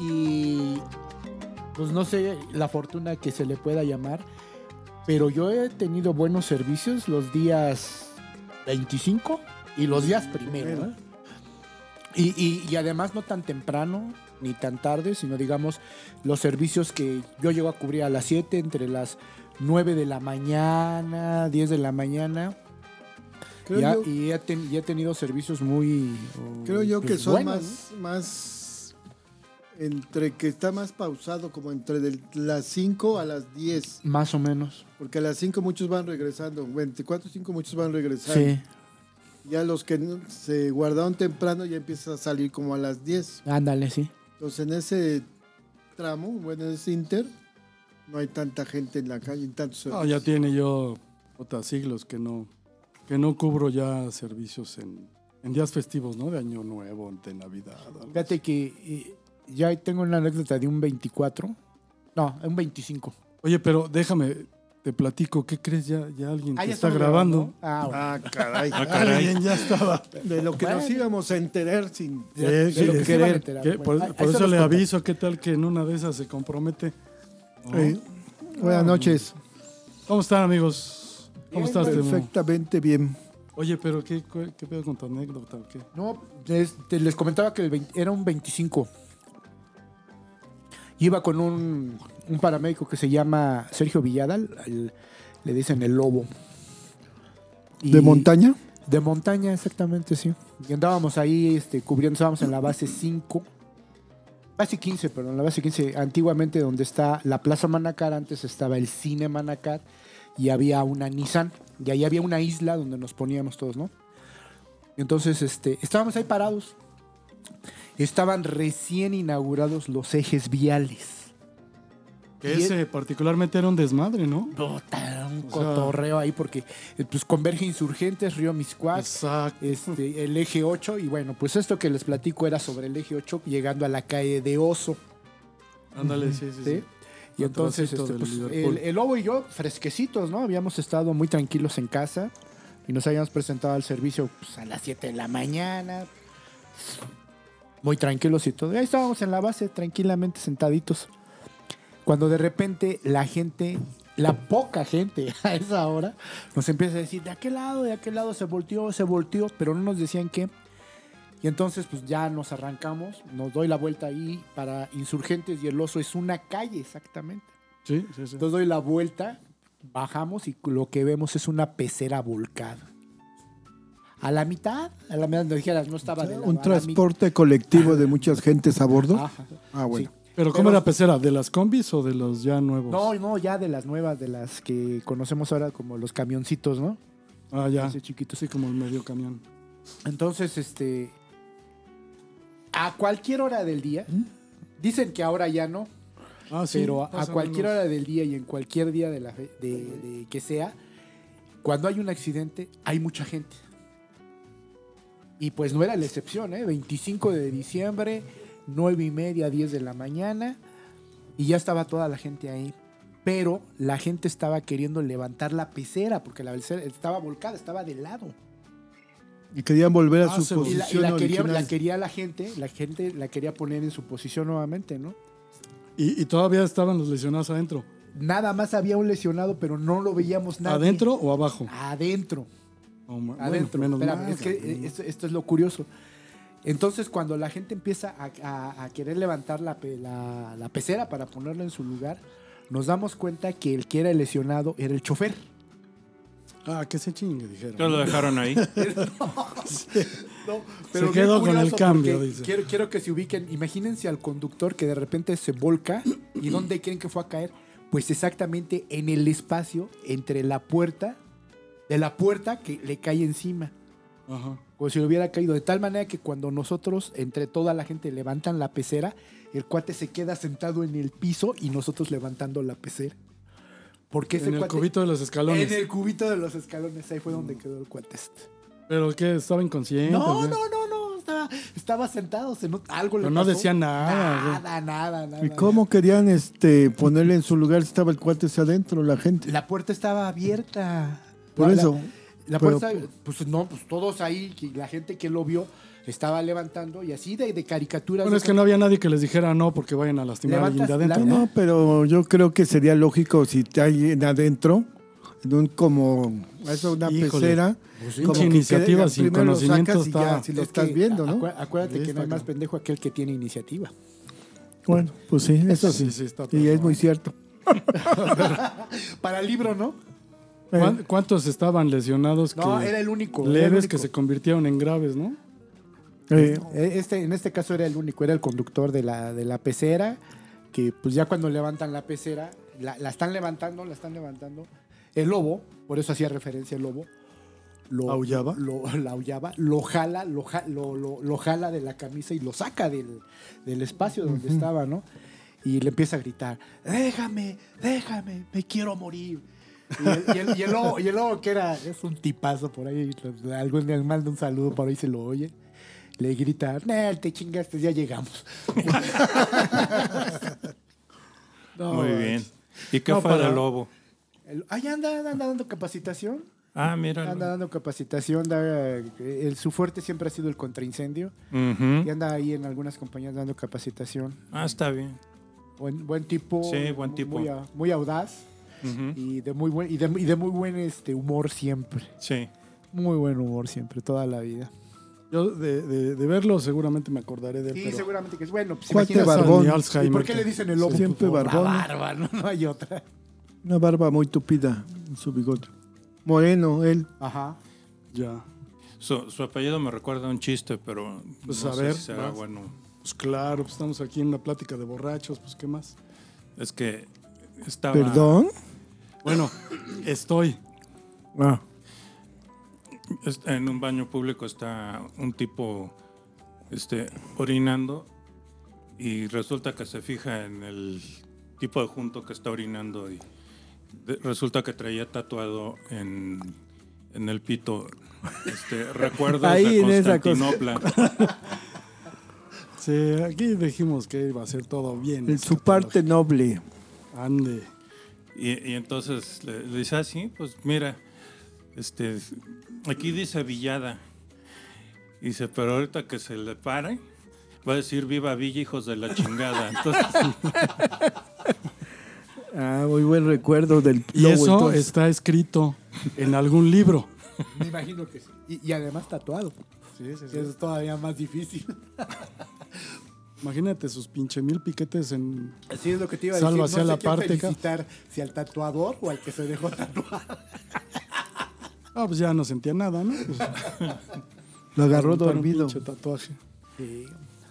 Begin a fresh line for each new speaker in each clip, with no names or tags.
Y pues no sé la fortuna que se le pueda llamar, pero yo he tenido buenos servicios los días 25 y los días primero. ¿eh? Y, y- y además no tan temprano ni tan tarde, sino digamos los servicios que yo llego a cubrir a las 7, entre las 9 de la mañana, 10 de la mañana.
Creo
y, ha-
yo-
y he ten- y he tenido servicios muy... oh,
Creo yo que
pues,
son
buenos,
más, más entre que está más pausado, como entre del- las 5 a las 10,
¿no? Más o menos.
porque a las 5 muchos van regresando, 24 5 muchos van regresando.
Sí.
Ya los que no- se guardaron temprano ya empiezan a salir como a las 10.
Ándale, sí.
Entonces en ese tramo, bueno, en ese inter, no hay tanta gente en la calle, en tantos
No, Ah, ya tiene yo otras siglos que no, que no cubro ya servicios en, en días festivos, ¿no? De Año Nuevo, de Navidad. algo así.
Fíjate que eh, ya tengo una anécdota de un 24. No, un 25.
Oye, pero déjame, te platico, ¿qué crees? Ya, ya alguien te está grabando.
Ah, bueno.
Ah, caray.
Alguien ya estaba.
De lo que nos
Bueno.
íbamos a enterar sin...
Eh,
de lo que
sin
se iban a
querer.
enterar,
Que
bueno.
por
Ah,
por
eso
eso
nos
le
cuenta.
aviso, ¿qué tal que en una de esas se compromete? ¿no?
Eh, buenas noches.
¿Cómo están, amigos? ¿Cómo estás, Temo?
Perfectamente bien.
Oye, pero ¿qué, cu- qué pedo con tu anécdota? o qué?
No, les, te- les comentaba que el 20 era un 25. Y Iba con un, un paramédico que se llama Sergio Villadal, al- le dicen el lobo. Y-
¿De montaña?
De montaña, exactamente, sí. Y andábamos ahí este, cubriendo, estábamos en la base 5. Base 15, perdón, la base 15. Antiguamente donde está la Plaza Manacar, antes estaba el Cine Manacar y había una Nissan. Y ahí había una isla donde nos poníamos todos, ¿no? Entonces, este, estábamos ahí parados. Estaban recién inaugurados los ejes viales.
Que
Y-
ese particularmente era un desmadre, ¿no?
Puta, un
O sea-
cotorreo ahí porque eh, pues, converge Insurgentes, Río Miscuac,
Exacto.
este, el eje 8 y bueno, pues esto que les platico era sobre el eje 8 llegando a la calle de Oso,
Ándale, sí, sí,
¿sí?
sí.
Y entonces
Atrasito
este,
del
pues,
Liverpool.
el, el lobo y yo fresquecitos, ¿no? Habíamos estado muy tranquilos en casa y nos habíamos presentado al servicio pues, a las 7 de la mañana. Muy tranquilos y todo. Y ahí estábamos en la base tranquilamente sentaditos. Cuando de repente la gente, la poca gente a esa hora, nos empieza a decir, de aquel lado, de aquel lado se volteó, se volteó, pero no nos decían qué. Y entonces pues ya nos arrancamos, nos doy la vuelta ahí para Insurgentes y el Oso es una calle exactamente.
Sí, sí, sí.
Entonces doy la vuelta, bajamos y lo que vemos es una pecera volcada. A la mitad, a la mitad, no dijeras, no estaba de lado, a
Un
la
transporte colectivo de muchas gentes a bordo.
mitad. Ajá.
Ah, bueno.
Sí.
Pero ¿cómo
Pero- pues
era pecera? ¿De las combis o de los ya nuevos?
No, no, ya de las nuevas, de las que conocemos ahora como los camioncitos, ¿no?
Ah, ya.
Ese chiquito.
Sí, como el medio camión.
Entonces, este. A cualquier hora del día.
¿Mm?
Dicen que ahora ya no,
Ah, sí.
pero a- a,
más o
cualquier
menos.
hora del día y en cualquier día de la fe- de- de que sea, cuando hay un accidente, hay mucha gente. Y pues no era la excepción, ¿eh? 25 de diciembre, 9 y media, 10 de la mañana, y ya estaba toda la gente ahí. Pero la gente estaba queriendo levantar la pecera, porque la pecera estaba volcada, estaba de lado.
Y querían volver a
Ah,
su
se-
Y la, y
posición
la quería,
original.
la quería la gente, la gente la quería poner en su posición nuevamente, ¿no?
Y, y todavía estaban los lesionados adentro.
Nada más había un lesionado, pero no lo veíamos nadie.
¿Adentro o abajo?
Adentro,
O ma- bueno,
adentro.
menos
Espérame,
mal,
es que
cabrón.
eh, esto, esto es lo curioso. Entonces, cuando la gente empieza a, a- a querer levantar la, pe- la- la pecera para ponerla en su lugar, nos damos cuenta que el que era el lesionado era el chofer.
Ah, que se chingue, dijeron.
Claro, lo dejaron ahí.
No,
Se
bien
quedó con el
curioso
cambio,
porque
dice.
Quiero, quiero que se ubiquen. Imagínense al conductor que de repente se volca. ¿Y dónde creen que fue a caer? Pues exactamente en el espacio entre la puerta de la puerta que le cae encima.
Ajá.
Como si le hubiera caído. De tal manera que cuando nosotros, entre toda la gente, levantan la pecera, el cuate se queda sentado en el piso y nosotros levantando la pecera. Porque ese
En el
cuate-
cubito de los escalones. Mm.
En el cubito de los escalones. Ahí fue donde quedó el cuate este.
Pero que estaba inconsciente.
No,
güey?
no, no, no. Estaba, estaba sentado. Se not- algo le
pues, Pero no
pasó.
decía nada, güey.
Nada, nada, nada.
¿Y cómo querían este, ponerle en su lugar si estaba el cuate hacia adentro, la gente?
La puerta estaba abierta.
Por
La- la-
eso.
La
Pero-
puerta, pues no, pues todos ahí, que la gente que lo vio estaba levantando y así de, de caricaturas.
Bueno, es que no había nadie que les dijera no porque vayan a lastimar a alguien de
Levantas la-
adentro, ¿no?
No, pero yo creo que sería lógico si te hay en adentro, en un como eso, una
Híjole.
pecera.
Pues sí.
como
Pinche iniciativa
quede-
sin
primero lo
conocimiento
sacas y ya,
está-
si lo
Es
estás
que,
viendo, ¿no?
acu- acuérdate que no
Está
hay más
cabrón.
pendejo aquel que tiene iniciativa.
Bueno, pues sí, eso sí.
Sí, sí, está
y es
perro.
muy cierto.
Para el libro, ¿no?
Eh,
¿Cuán- ¿Cuántos estaban lesionados
No,
que
era el único. era el
leves
único.
que se convirtieron en graves, no?
eh,
E- Este, en este caso era el único, era el conductor de la, de la pecera, que pues ya cuando levantan la pecera, la, la están levantando, la están levantando. El lobo, por eso hacía referencia el lobo, lo,
¿Aullaba?
Lo, la aullaba, lo jala, lo, ja- lo, lo- lo jala de la camisa y lo saca del, del espacio donde estaba, ¿no? Y le empieza a gritar, déjame, déjame, me quiero morir. Y el, y el- y el lobo, y el lobo que era, es un tipazo por ahí, algún día manda un saludo por ahí, se lo oye. Le grita, Nel, te chingaste, ya llegamos.
No,
Muy bien. ¿Y qué
No,
fue
para-
del lobo?
El- Ay, anda, anda dando capacitación.
Ah, mira.
Anda dando capacitación. da- el- su fuerte siempre ha sido el contraincendio.
Ujú.
Y anda ahí en algunas compañías dando capacitación.
Ah, está bien.
Buen, buen tipo.
Sí, buen
mu-
tipo.
Muy, a- muy audaz
Ujú.
y de muy buen, y de, y de muy buen este, humor siempre.
Sí.
Muy buen humor siempre, toda la vida.
Yo de, de- de verlo seguramente me acordaré de él.
Sí,
pero-
seguramente que es bueno. Pues,
Cuate
imagínate-
barba.
Ni
Barbón.
¿Y
Alzheimer
por qué
que-
le dicen el lobo?
Siempre
Por la
barbón.
barba, ¿no? no hay otra.
una barba muy tupida en su bigote. Moreno, él.
Ajá.
Ya.
Su, su apellido me recuerda a un chiste, pero
Pues,
no
a
sé
ver,
si será
vas.
bueno.
Pues claro, pues estamos aquí en una plática de borrachos, pues qué más.
Es que
Ah.
estaba.
¿Perdón?
Bueno, estoy.
Ah.
est- En un baño público está un tipo este, orinando y resulta que se fija en el tipo de junto que está orinando y de- resulta que traía tatuado en, en el pito este, recuerdos
Ahí
de
en esa cosa.
Constantinopla.
Sí, aquí dijimos que iba a ser todo bien. este
En su parte noble.
Ande.
Y, y entonces le, le dice, ah, sí, pues mira, este, aquí dice Villada. Y dice, pero ahorita que se le pare, va a decir viva Villa, hijos de la chingada. Entonces,
Ah, muy buen recuerdo del
Y
lobo,
eso
entonces.
está escrito en algún libro.
Me imagino que sí. Y, y además tatuado. Eso es todavía más difícil.
Imagínate sus pinche mil piquetes en.
Así es lo que te iba a
Salva
decir.
hacia
no sé
la
quién
parte, ca-
felicitar, si al tatuador o al que se dejó tatuar.
Ah, pues ya no sentía nada, ¿no? Pues,
Lo agarró
juntaron
dormido.
pinche tatuaje.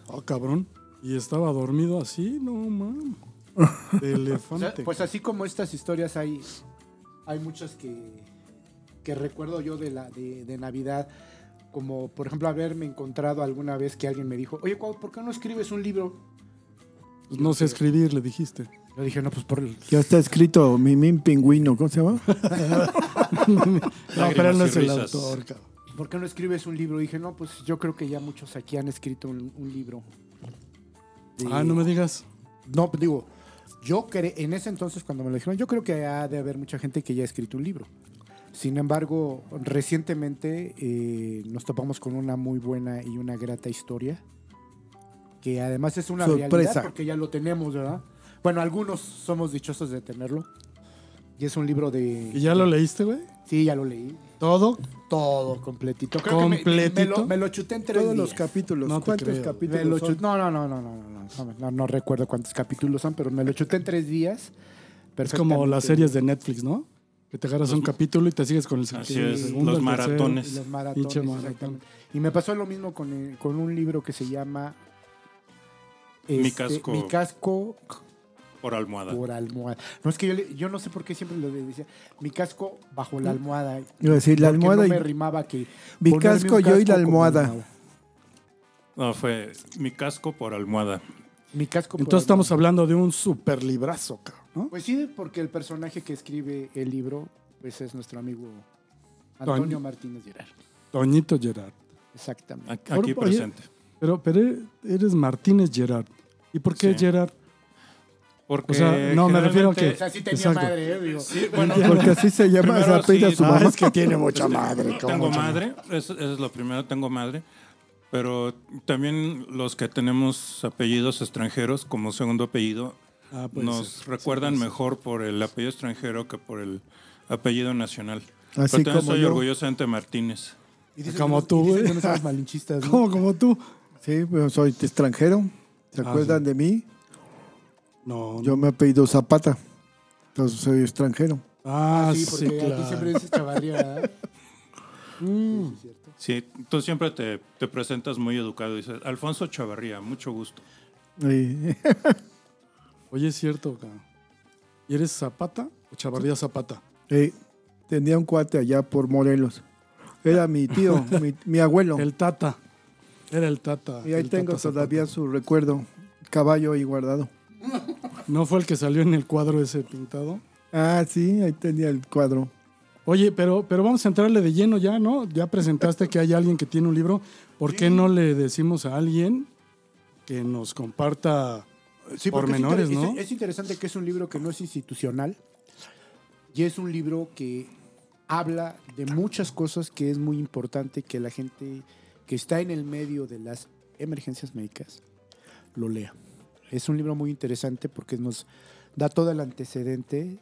Ah, cabrón. Y estaba dormido así, no mames. De
O sea,
elefante.
pues así como estas historias hay, hay muchas que, que recuerdo yo de, la, de, de Navidad. Como, por ejemplo, haberme encontrado alguna vez que alguien me dijo, oye, Cuau, ¿por qué no escribes un libro?
Pues no sé escribir, le dijiste.
Yo dije, no, pues por el...
Ya está escrito Mimín Pingüino, ¿cómo se
Ah,
llama?
No, pero él no
y
es el
risas.
autor, cabrón.
¿Por qué no escribes un libro? Dije, no, pues yo creo que ya muchos aquí han escrito un, un libro. De-
Ah, no me digas.
No, pues, digo, yo cre- en ese entonces cuando me lo dijeron, yo creo que ha de haber mucha gente que ya ha escrito un libro. Sin embargo, recientemente eh, nos topamos con una muy buena y una grata historia, que además es una
Sorpresa.
realidad porque ya lo tenemos, ¿verdad? Bueno, algunos somos dichosos de tenerlo. Y es un libro de...
¿Y ya lo leíste, güey?
Sí, ya lo leí.
¿Todo?
Todo completito. Creo que me-
¿Completito?
me, lo, me lo chuté en tres
Todos los
días.
capítulos.
No te
¿Cuántos
creo.
Me lo
capítulos
chu-
son?
no, no, no, no, no, no, no, no, no, no recuerdo cuántos capítulos son, pero me lo chuté en tres días.
Es como las series de Netflix, ¿no? Que te agarras un capítulo y te sigues con el
Así
el
es,
segundo,
los
el tercero.
maratones.
Y los
Pinche
maratones,
maratón.
exactamente. Y me pasó lo mismo con, el- con un libro que se llama
Mi casco.
Mi este, casco
Por almohada.
por almohada. No es que yo, le- yo no sé por qué siempre lo de- decía, mi casco bajo la almohada.
Iba a decir, la
Porque
almohada
no me
y-
rimaba que
Mi
ponerme un
casco, yo y la
con
almohada.
No, fue mi casco por almohada.
Mi casco por
Entonces estamos
almohada.
hablando de un super librazo, cabrón, ¿no?
Pues sí, porque el personaje que escribe el libro pues es nuestro amigo Antonio
Toño.
Martínez Gerard.
Toñito Gerard.
Exactamente.
Aquí
Por- oye,
presente.
Pero, pero e-, eres Martínez Gerard. ¿Y por qué
Sí.
Gerard?
Porque
O sea, no, me refiero a
generalmente-
que- O sea, sí tenía Exacto. madre,
¿eh? Digo.
Sí, bueno,
Porque así se llama
Primero
se apellida
sí,
su
ah,
mamá.
es que tiene mucha
No, tengo madre, eso, eso es lo primero, tengo madre. Pero también los que tenemos apellidos extranjeros como segundo apellido
Ah, puede
nos
ser.
recuerdan mejor por el apellido extranjero que por el apellido nacional.
Así
Pero también
como
soy
yo.
orgullosamente Martínez.
Y dicen
Como
que no-
tú,
y dicen
güey.
que no somos malinchistas, ¿no?
¿Cómo, como tú?
Sí, pero soy extranjero. ¿Se
pues, Ah,
acuerdan
sí.
de mí?
No,
Yo me he pedido Zapata. Entonces soy extranjero.
Ah,
Sí,
sí,
porque aquí
claro.
siempre dices chavarría, ¿verdad?
Sí, tú siempre te, te presentas muy educado. Dices, Alfonso Chavarría, mucho gusto.
Y-
Oye, es cierto, cabrón. ¿Y eres Zapata o Chavarría Zapata?
y Eh, tenía un cuate allá por Morelos. Era mi tío, mi, mi abuelo.
El Tata. Era el Tata.
y ahí
el
tengo
Tata Zapata.
todavía su recuerdo. Caballo ahí guardado.
¿No fue el que salió en el cuadro ese pintado?
Ah, sí, ahí tenía el cuadro.
Oye, pero, pero vamos a entrarle de lleno ya, ¿no? Ya presentaste que hay alguien que tiene un libro. ¿Por qué no le decimos a alguien que nos comparta
Sí, porque es
pormenores,
inter- es,
no?
es interesante que es un libro que no es institucional y es un libro que habla de muchas cosas que es muy importante que la gente que está en el medio de las emergencias médicas lo lea. Es un libro muy interesante porque nos da todo el antecedente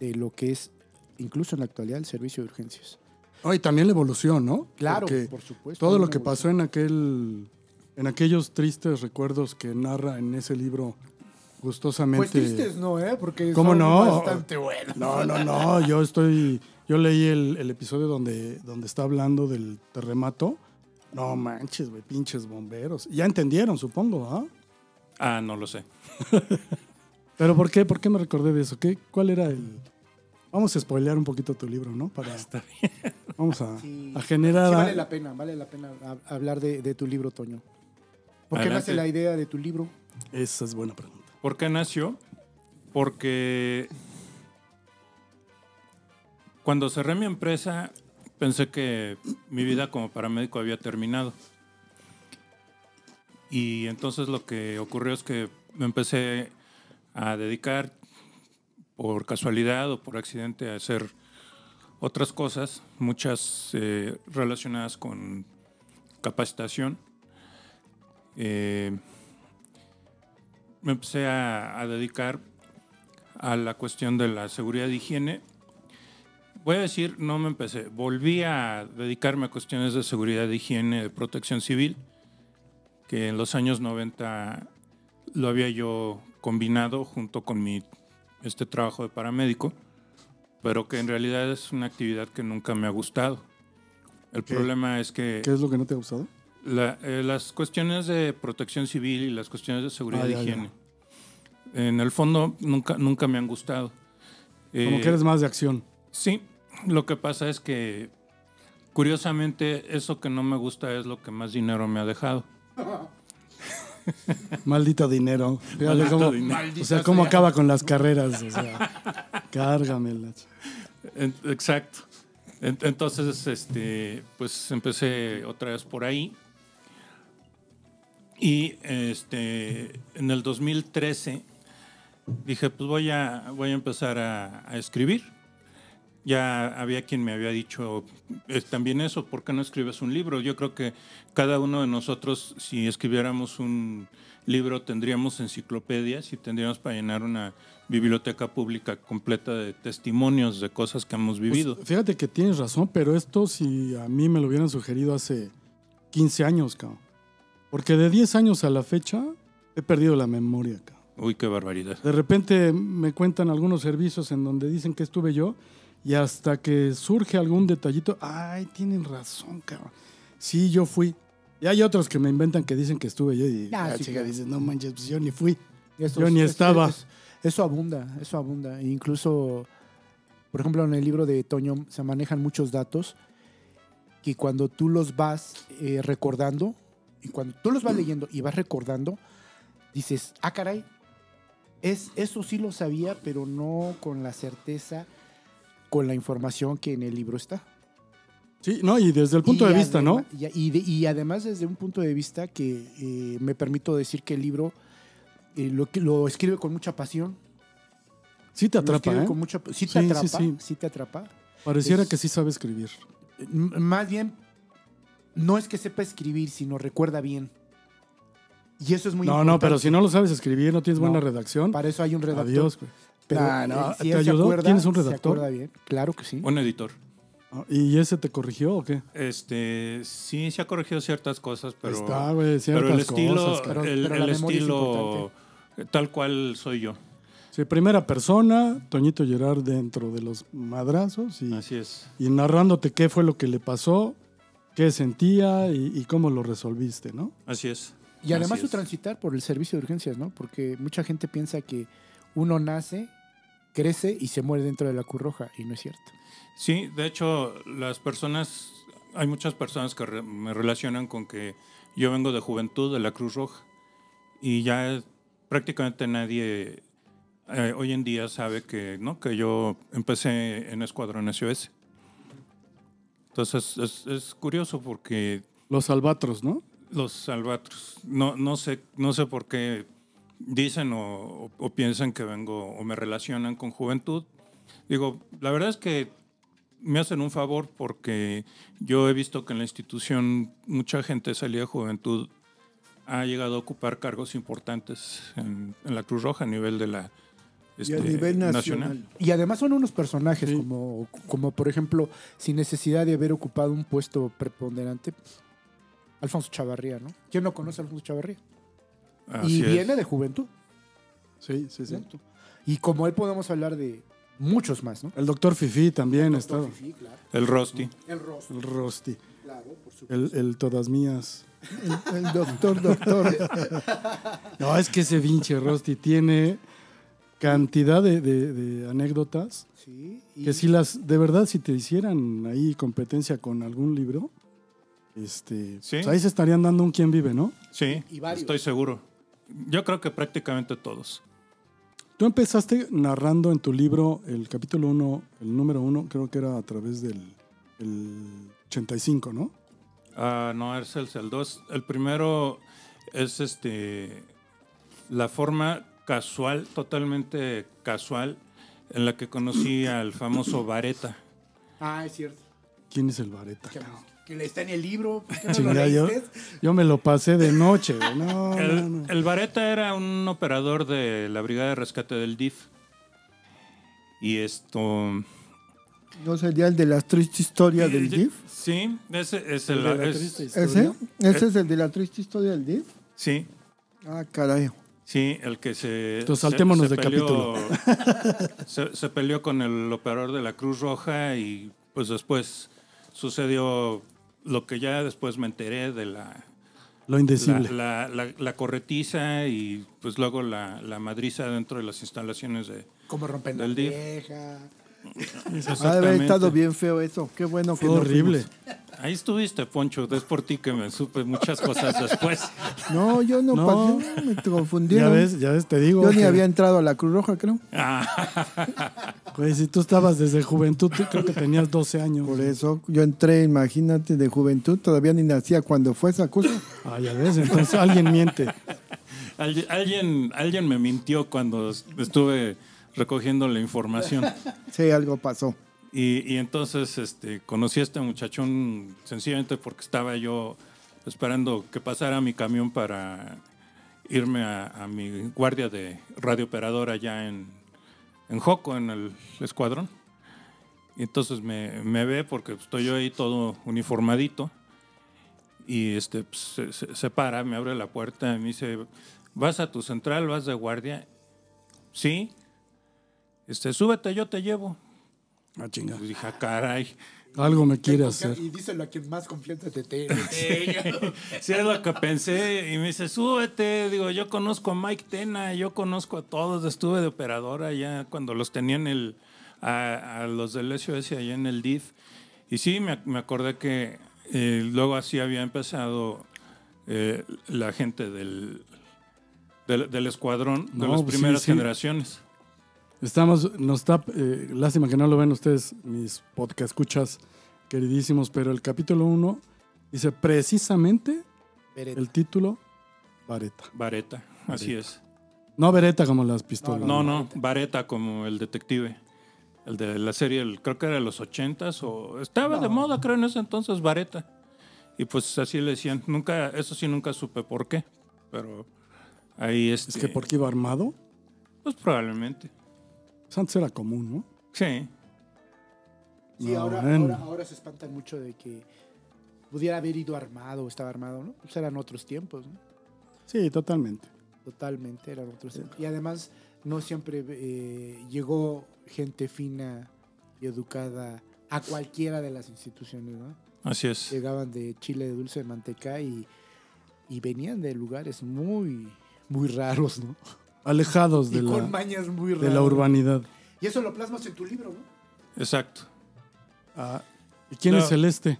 de lo que es, incluso en la actualidad, el servicio de urgencias.
Oh, y también la evolución, ¿no?
Claro,
Porque
por supuesto.
todo
hay
lo
una
que pasó en aquel, en aquellos tristes recuerdos que narra en ese libro
Pues
gustosamente.
tristes no, ¿eh? Porque
¿Cómo
son
no?
bastante buenos.
No, no, no. Yo estoy, yo leí el, el episodio donde, donde está hablando del terremoto. No manches, güey, pinches bomberos. Ya entendieron, supongo, ¿ah?
Ah, no lo sé.
Pero ¿por qué? ¿Por qué me recordé de eso? ¿Qué, ¿Cuál era el...? Vamos a spoilear un poquito tu libro, ¿no? Para, Vamos a,
Sí.
a generar...
Sí, vale la pena, vale la pena hab- hablar de, de tu libro, Toño. Porque me hace
Adelante.
la idea de tu libro.
Esa es buena pregunta.
¿Por qué nació? Porque cuando cerré mi empresa pensé que mi vida como paramédico había terminado. Y entonces lo que ocurrió es que me empecé a dedicar por casualidad o por accidente a hacer otras cosas, muchas eh, relacionadas con capacitación. Eh, me empecé a, a dedicar a la cuestión de la seguridad de higiene. Voy a decir, no me empecé, volví a dedicarme a cuestiones de seguridad de higiene, de protección civil, que en los años 90 lo había yo combinado junto con mi este trabajo de paramédico, pero que en realidad es una actividad que nunca me ha gustado. El problema es que
¿Qué es lo que no te ha gustado?
la- eh, las cuestiones de protección civil y las cuestiones de seguridad
Ah,
y
ya, ya.
higiene. En el fondo nunca, nunca me han gustado.
Como
Eh,
que eres más de acción.
Sí, lo que pasa es que curiosamente eso que no me gusta es lo que más dinero me ha dejado.
Maldita dinero. Fíjate
Maldito
cómo-
dinero.
O sea, cómo acaba con las carreras. O sea, cárgamela.
En- Eh, Exacto. En- Entonces, este, pues empecé otra vez por ahí. Y este, en el 2013 dije, pues voy a, voy a empezar a, a escribir. Ya había quien me había dicho "Es también eso, ¿por qué no escribes un libro? Yo creo que cada uno de nosotros, si escribiéramos un libro, tendríamos enciclopedias y tendríamos para llenar una biblioteca pública completa de testimonios de cosas que hemos
Pues,
vivido.
fíjate que tienes razón, pero esto si a mí me lo hubieran sugerido hace 15 años, cabrón. Porque de 10 años a la fecha he perdido la memoria, cabrón.
Uy, qué barbaridad.
De repente me cuentan algunos servicios en donde dicen que estuve yo y hasta que surge algún detallito, ay, tienen razón, cabrón. Sí, yo fui. Y hay otros que me inventan que dicen que estuve yo y
Ah,
la
sí,
chica
claro.
dice, no manches, pues yo ni fui.
Esos-
Yo ni
es-
estaba.
es- Eso abunda, eso abunda. E incluso, por ejemplo, en el libro de Toño se manejan muchos datos que cuando tú los vas eh, recordando, y cuando tú los vas leyendo y vas recordando, dices, ah, caray, es, eso sí lo sabía, pero no con la certeza, con la información que en el libro está.
Sí, no, y desde el punto
Y
de vista, ¿no?
adema- Y, a- y de- y además desde un punto de vista que eh, me permito decir que el libro eh, lo, que- lo escribe con mucha pasión.
Sí te
lo
atrapa,
escribe
¿eh?
con mucha, sí te
Sí, sí,
atrapa,
sí.
sí te atrapa.
Pareciera
es-
que sí sabe escribir.
M- Más bien, no es que sepa escribir, sino recuerda bien. Y eso es muy
No,
importante.
no, pero si no lo sabes escribir, no tienes
No.
buena redacción.
Para eso hay un redactor.
Adiós, güey.
Pero,
Nah, no,
eh, si
¿te
él se
ayudó?
acuerda,
¿Tienes un
se
redactor?
acuerda bien. Claro que sí.
Un editor.
Ah, ¿Y ese te corrigió o qué?
Este, sí, se ha corregido ciertas cosas, pero,
Está, güey,
pero
ciertas
el estilo,
cosas, cabrón.
el,
Pero la
el
memoria es
estilo tal cual soy yo.
Sí, primera persona, Toñito Gerard dentro de los madrazos y,
Así es.
y narrándote qué fue lo que le pasó, qué sentía y, y cómo lo resolviste, ¿no?
Así es.
Y además
Así
su
es.
transitar por el servicio de urgencias, ¿no? Porque mucha gente piensa que uno nace, crece y se muere dentro de la Cruz Roja, y no es cierto.
Sí, de hecho, las personas, hay muchas personas que re- me relacionan con que yo vengo de juventud de la Cruz Roja y ya prácticamente nadie eh, hoy en día sabe que, ¿no? que yo empecé en Escuadrón SOS. Entonces es, es curioso porque
Los albatros, ¿no?
los albatros, no, no, sé, no sé por qué dicen o, o piensan que vengo o me relacionan con juventud. Digo, la verdad es que me hacen un favor porque yo he visto que en la institución mucha gente salida de juventud ha llegado a ocupar cargos importantes en, en la Cruz Roja a nivel de la
y a
este,
nivel nacional.
Y además son unos personajes
Sí.
como, como, por ejemplo, sin necesidad de haber ocupado un puesto preponderante, Alfonso Chavarría, ¿no? ¿Quién no conoce a Alfonso Chavarría?
Así
y
es.
viene de juventud.
Sí, sí, sí.
¿cierto? Y como él podemos hablar de muchos más, ¿no?
El doctor Fifi también estaba.
El Rosti.
El rostro,
El Rosti.
claro, por supuesto.
El, el Todas Mías.
El, el doctor, doctor.
No, es que ese vinche Rosti tiene cantidad de, de- de anécdotas
Sí, y-
que si las, de verdad, si te hicieran ahí competencia con algún libro, este,
Sí.
pues ahí se estarían dando un quién vive, ¿no?
Sí,
Y varios.
estoy seguro. Yo creo que prácticamente todos.
Tú empezaste narrando en tu libro el capítulo 1, el número 1, creo que era a través del el 85, ¿no?
Ah, no, es el, el dos. El primero es este la forma casual, totalmente casual, en la que conocí al famoso Vareta.
Ah, es cierto.
¿Quién es el Vareta?
Que,
cabrón?
le está en el libro. ¿por qué no lo
Chinga, yo,
leíste?
yo me lo pasé de noche. güey. No, no,
El,
no.
el Vareta era un operador de la Brigada de Rescate del DIF. Y esto...
¿No sería el de la triste historia del DIF?
Sí, Eh. ese es el...
El de la
es-
triste historia.
¿Ese? ¿Ese es el de la triste historia del DIF?
sí,
Ah, caray.
Sí, el que se.
Entonces,
se-
saltémonos
se
de
peleó- se, se peleó con el operador de la Cruz Roja y pues después sucedió lo que ya después me enteré de la,
Lo indecible.
la, la- la- la corretiza y pues luego la, la madriza dentro de las instalaciones de.
Como rompen la
Del DIF.
vieja.
Ha de haber
Exactamente.
estado bien feo eso. Qué bueno que
Fue
no
horrible.
Ahí estuviste, Poncho. Es por ti que me supe muchas cosas después.
fuimos. No, yo no,
No.
pasé. Me
Ya
confundieron.
ves, ya ves, te digo.
Yo ni
que-
había entrado a la Cruz Roja, creo.
Güey, si tú estabas desde juventud, tú creo que tenías 12 años.
Por eso yo entré, imagínate, de juventud. Todavía ni nacía cuando fue esa cosa.
Ah, ya ves, entonces alguien miente.
Al- alguien, alguien me mintió cuando estuve recogiendo la información.
Sí, algo pasó.
Y, y entonces este, conocí a este muchachón sencillamente porque estaba yo esperando que pasara mi camión para irme a, a mi guardia de radiooperador allá en, en Joco, en el escuadrón. Y entonces me, me ve porque estoy yo ahí todo uniformadito. Y este, pues, se, se- se para, me abre la puerta y me dice, ¿vas a tu central? ¿Vas de guardia? Sí. Este, súbete, yo te llevo.
Ah, chinga.
Pues dije, "Ah, caray,
Algo me quiere hacer.
Y díselo a quien más confianza te tiene.
si es lo que pensé. Y me dice, súbete. Digo, yo conozco a Mike Tena, yo conozco a todos. Estuve de operadora ya cuando los tenían el, a, a los del SOS allá en el DIF. Y sí, me, ac- me acordé que eh, luego así había empezado eh, la gente del, del, del escuadrón
No,
de las
pues sí,
primeras
sí.
generaciones.
Estamos, nos está, eh, lástima que no lo ven ustedes, mis podcast escuchas queridísimos, pero el capítulo 1 dice precisamente el título Vareta.
Vareta, así es.
No Vereta como las pistolas.
No, no, Vareta como el detective. El de la serie, el- creo que era de los ochentas o... Estaba de moda, creo, en ese entonces, Vareta. Y pues así le decían. Nunca, eso sí, nunca supe por qué. Pero ahí este,
Es que porque iba armado,
Pues probablemente.
pues antes era común, ¿no?
Sí.
Sí,
No,
ahora,
bueno.
ahora, ahora se espantan mucho de que pudiera haber ido armado o estaba armado, ¿no? Pues eran otros tiempos, ¿no?
Sí, totalmente.
Totalmente, eran otros tiempos. Y además, no siempre eh, llegó gente fina y educada a cualquiera de las instituciones, ¿no?
Así es.
Llegaban de Chile de dulce de manteca y, y venían de lugares muy, muy raros, ¿no?
Alejados Pues de
y con
la,
mañas muy raras.
de la urbanidad.
Y eso lo plasmas en tu libro, ¿no?
Exacto.
Ah, ¿Y quién
No.
es el este?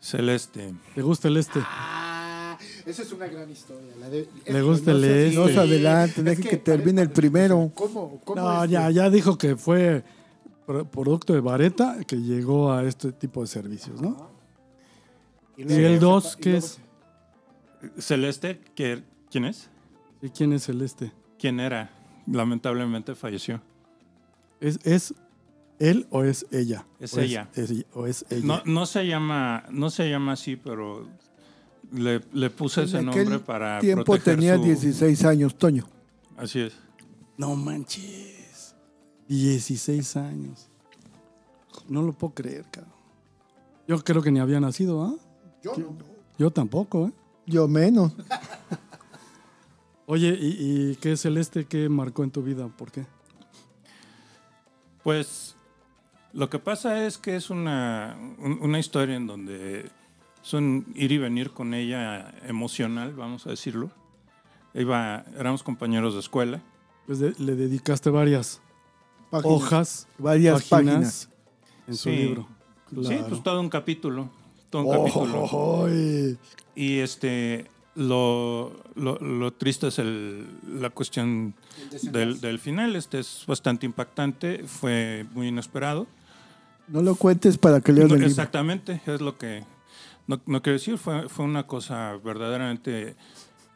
Celeste.
¿Te gusta el este?
Ah, esa es una gran historia. la de-
Le gusta
no
el
sé si-
este. No se
Pues adelante, deje que termine el primero.
¿Cómo? cómo
No,
este?
ya, ya dijo que fue pro- producto de Vareta que llegó a este tipo de servicios, ¿no?
luego
¿Y el
se
dos
pa- y
qué
luego
es?
se-
Celeste, que- ¿quién es?
¿Y quién es el este?
¿Quién era? Lamentablemente falleció.
¿Es, es él o es ella?
Es
¿O
ella.
es ella- ¿O es ella?
No, no se llama, no se llama así, pero le, le puse ese
En
nombre
aquel
para
tiempo
proteger
tenía
su-
16 años, Toño.
Así es.
No manches. 16 años. No lo puedo creer, cabrón. Yo creo que ni había nacido, ¿ah?
Yo no.
Yo tampoco, ¿eh?
Yo menos.
Oye, ¿y, y qué es el este que marcó en tu vida? ¿Por qué?
Pues lo que pasa es que es una, un- una historia en donde es un ir y venir con ella emocional, vamos a decirlo. Iba, éramos compañeros de escuela.
Pues de- le dedicaste varias
Páginas.
hojas,
Varias
páginas, en su
Sí.
libro.
Sí,
Claro. Oh.
pues todo un capítulo. Todo un capítulo.
Ay.
Y este lo, lo- lo triste es el- la cuestión del, del final. Este es bastante impactante, fue muy inesperado.
No lo cuentes para que lean
No,
el libro.
exactamente, es lo que no, no quiero decir. Fue, fue una cosa verdaderamente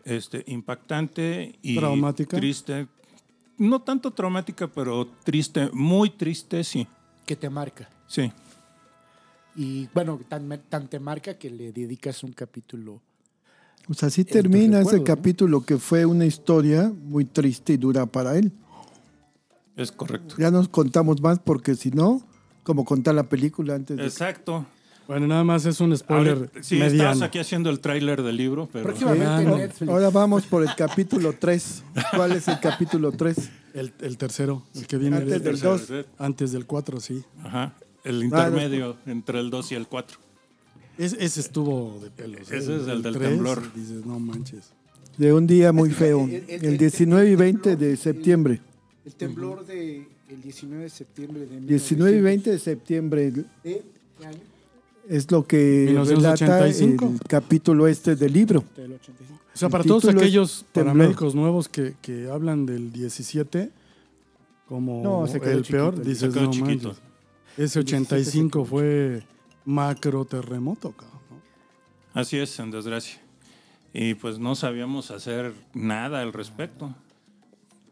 este, impactante y
Traumática.
triste. No tanto traumática, pero triste, muy triste, sí.
Que te marca.
Sí,
Y bueno, tan, me- tan te marca que le dedicas un capítulo.
O sea, así
tu
termina ese
recuerdo, ¿no?
capítulo que fue una historia muy triste y dura para él.
es correcto.
Ya nos contamos más porque si no, como contar la película antes de...
Exacto.
Bueno, nada más es un spoiler
Ahorita- sí, estabas
mediano.
aquí haciendo el tráiler del libro, pero...
Próximamente en
Ahora-
Netflix.
Ahora vamos por el capítulo 3. ¿Cuál es el capítulo 3?
El, el tercero, el que viene
Antes
antes,
del
del,
dos.
antes del cuatro, sí.
Ajá,
Ah,
el intermedio entre el 2 y el 4.
Es- ese estuvo de pelos. ¿eh?
Ese es el del
tres,
temblor.
Dices, no manches.
De un día muy feo.
el- el-
El
el-
19 y 20 de septiembre.
El temblor del 19 de septiembre de
19 y 20 de septiembre es lo que relata
1985.
el capítulo este del libro.
del 85.
O sea,
El
para todos
título es
aquellos
Temblor.
paramédicos nuevos que, que hablan del 17 como
No, se quedó
el
chiquito,
peor,
se
dices,
quedó
no
chiquito.
manches. Ese 85 fue macro terremoto, cabrón. ¿no?
Así es, en desgracia. Y pues no sabíamos hacer nada al respecto.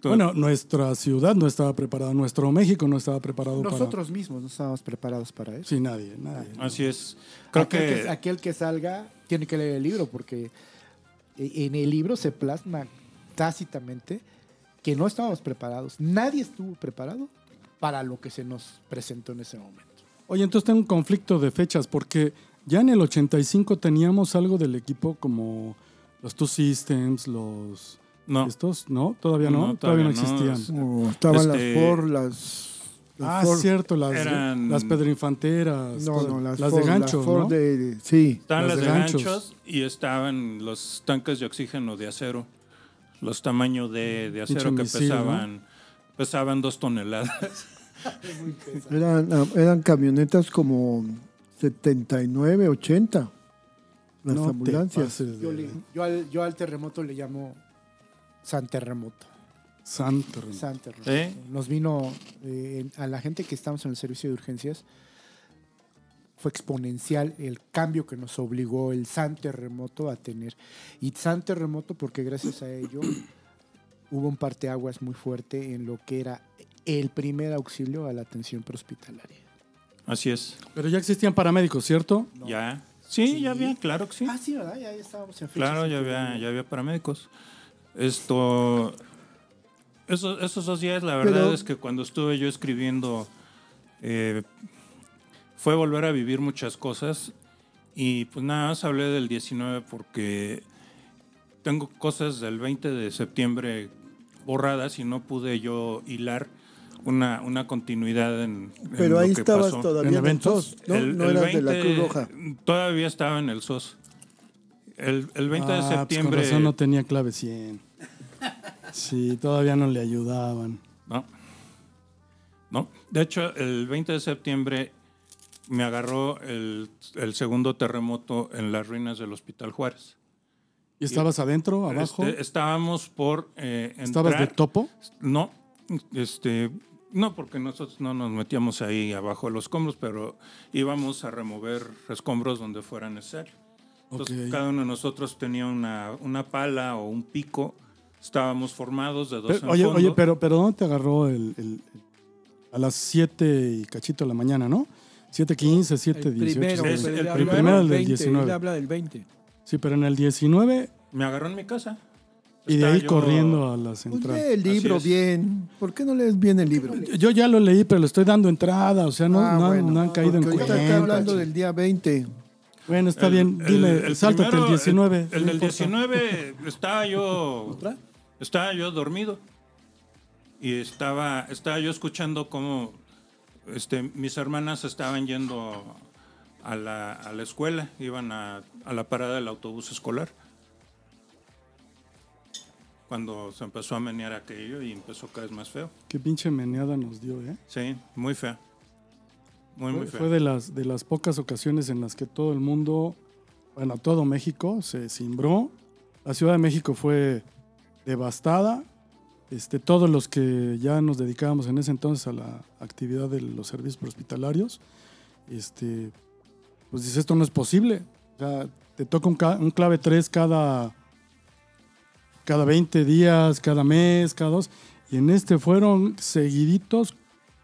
Tú-
Bueno, nuestra ciudad no estaba preparada, nuestro México no estaba preparado
Nosotros mismos no estábamos preparados para
para...
eso.
Sí, nadie, nadie.
así es. Creo
aquel, que...
que
aquel que salga tiene que leer el libro porque e- en el libro se plasma tácitamente que no estábamos preparados. Nadie estuvo preparado para lo que se nos presentó en ese momento.
Oye, entonces tengo un conflicto de fechas porque ya en el 85 teníamos algo del equipo como los Two Systems, los
no.
estos, ¿no? Todavía no,
No,
todavía,
todavía
no
no,
existían.
es-
Oh, estaban
Este-
las por las
Ah,
Ford-
cierto, las,
Eran-
las pedrinfanteras.
No, no, las,
las,
Ford-
de gancho.
las Ford
¿no?
de- de- sí.
Estaban
Las
las,
de
de
ganchos.
ganchos. y estaban los tanques de oxígeno de acero. Los tamaños de, de acero
Pinche
que
misil, ¿no?
pesaban. Pesaban dos toneladas.
Eran, ah, eran camionetas como 79, 80. Las
No te
ambulancias.
pases Pues de-
Yo, le- yo al, yo al terremoto le llamo San Terremoto.
Santo. Remo.
San Terremoto.
¿Eh?
Nos vino eh, a la gente que estamos en el servicio de urgencias. Fue exponencial el cambio que nos obligó el San Terremoto a tener. Y San Terremoto, porque gracias a ello hubo un parteaguas muy fuerte en lo que era el primer auxilio a la atención prehospitalaria.
Así es.
Pero ya existían paramédicos, ¿cierto?
Ya. Sí,
Sí.
ya había, claro que sí.
Ah, sí, ¿verdad? Ya, ya estábamos en fecha.
Claro, ya había, ya había paramédicos. Esto. Esos, esos dos días, la verdad
Pero-
es que cuando estuve yo escribiendo, eh, fue volver a vivir muchas cosas. Y pues nada más hablé del 19 porque tengo cosas del 20 de septiembre borradas y no pude yo hilar una, una continuidad en. en
Pero ahí
lo que
estabas
pasó.
todavía
En
en el
eventos.
SOS, ¿no? no eras de la Cruz Roja.
Todavía estaba en el SOS. El, el 20 de
Ah, pues,
septiembre.
con razón no tenía clave 100. Sí, todavía no le ayudaban.
No. No. De hecho, el 20 de septiembre me agarró el, el segundo terremoto en las ruinas del Hospital Juárez.
¿Y estabas adentro, abajo?
Este, estábamos por eh,
¿Estabas de
entrar-
topo?
No, este, no, porque nosotros no nos metíamos ahí abajo de los escombros, pero íbamos a remover escombros donde fuera necesario. Entonces,
Ok.
cada uno de nosotros tenía una, una pala o un pico. Estábamos formados de dos
Pero-
en
oye,
fondo.
oye, pero, pero ¿dónde te agarró el, el- el- a las 7 y cachito de la mañana, no? 7.15, 7.18.
primero,
Es
pero
el
le
primero
hablaron
del
20,
19.
él habla del 20.
Sí, pero en el 19
Me agarró en mi casa.
y de
Estaba
ahí
yo-
corriendo a la
Pues
central.
lee el
Así
libro
es.
bien. ¿Por qué no lees bien el libro?
Yo ya lo leí, pero le estoy dando entrada, o sea, no,
Ah,
no,
bueno,
no han caído en
porque ahorita
cuenta.
está hablando del día 20.
Bueno, está bien,
El-
dime,
el
sáltate
primero,
el 19.
El, el
no
del
importa.
19 estaba yo. Estaba yo dormido. Y estaba, estaba yo escuchando cómo este, mis hermanas estaban yendo a la, a la escuela, iban a, a la parada del autobús escolar. Cuando se empezó a menear aquello y empezó cada vez más feo.
Qué pinche meneada nos dio, ¿eh?
Sí, muy fea. Muy, muy
Fue,
fea.
fue de las, de las pocas ocasiones en las que todo el mundo, bueno, todo México se cimbró. La Ciudad de México fue devastada. Este, todos los que ya nos dedicábamos en ese entonces a la actividad de los servicios hospitalarios, este, pues dices, esto no es posible. O sea, te toca un, ca- un clave 3 cada, cada 20 días, cada mes, cada dos. Y en este fueron seguiditos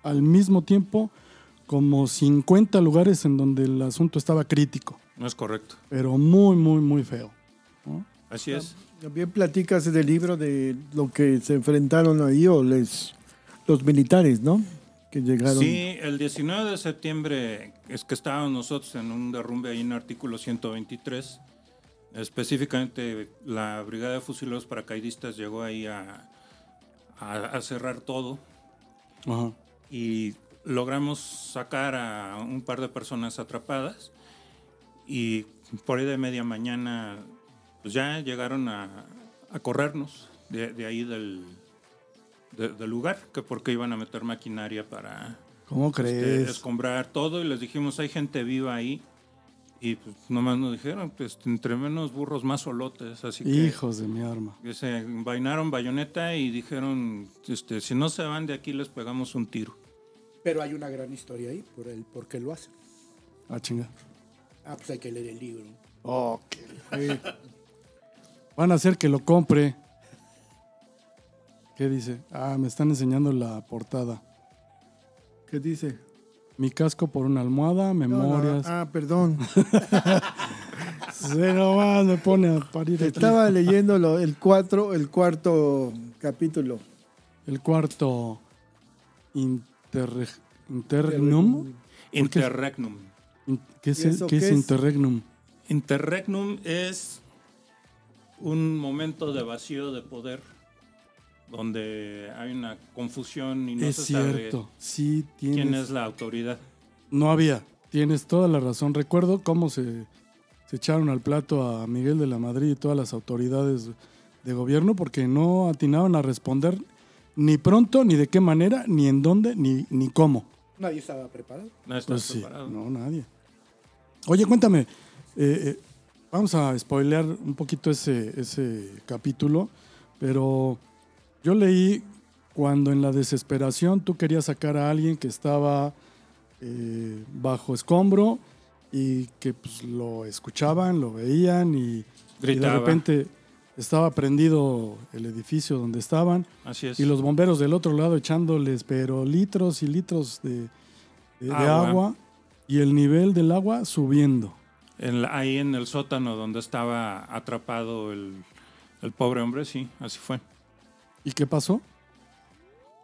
al mismo tiempo como 50 lugares en donde el asunto estaba crítico,
No es correcto.
pero muy, muy, muy feo.
Así
Ah.
es.
También platicas del libro de lo que se enfrentaron ahí o les los militares, ¿no? Que llegaron.
Sí, el 19 de septiembre es que estábamos nosotros en un derrumbe ahí en el artículo 123. Específicamente la Brigada de Fusileros Paracaidistas llegó ahí a, a- a cerrar todo
Ajá.
y logramos sacar a un par de personas atrapadas y por ahí de media mañana pues ya llegaron a, a corrernos de, de ahí del, de- del lugar, que porque iban a meter maquinaria para
¿Cómo
este,
crees?
escombrar todo y les dijimos, hay gente viva ahí. Y pues nomás nos dijeron, pues entre menos burros, más solotes. Así
Hijos de mi arma.
que se vainaron bayoneta y dijeron, este, si no se van de aquí les pegamos un tiro.
Pero hay una gran historia ahí por el por qué lo hacen.
Ah, chinga.
Ah, pues hay que leer el libro.
Eh,
Van a hacer que lo compre. ¿Qué dice? Ah, me están enseñando la portada.
¿Qué dice?
Mi casco por una almohada,
No, no,
memorias.
ah, perdón.
Sí, nomás me pone a parir aquí.
Estaba leyendo lo- el cuatro, el cuarto capítulo.
El cuarto inter- interregnum.
Interregnum.
In- ¿Qué es,
¿Y eso
qué es
qué es?
interregnum?
Interregnum es un momento de vacío de poder donde hay una confusión y no
es
se
cierto,
sabe
sí tienes.
quién es la autoridad.
No había. Tienes toda la razón. Recuerdo cómo se, se echaron al plato a Miguel de la Madrid y todas las autoridades de gobierno porque no atinaban a responder ni pronto, ni de qué manera, ni en dónde, ni, ni cómo.
Nadie estaba preparado.
No estás
Pues sí,
preparado.
no, nadie. Oye, cuéntame, eh, eh, vamos a spoilear un poquito ese, ese capítulo, pero yo leí cuando en la desesperación tú querías sacar a alguien que estaba eh, bajo escombro y que pues, lo escuchaban, lo veían y, y de
Gritaba.
repente estaba prendido el edificio donde estaban
Así es.
y los bomberos del otro lado echándoles pero litros y litros de, de- de agua.
Agua.
y el nivel del agua subiendo.
En la- ahí en el sótano donde estaba atrapado el, el pobre hombre, sí, así fue.
¿Y qué pasó?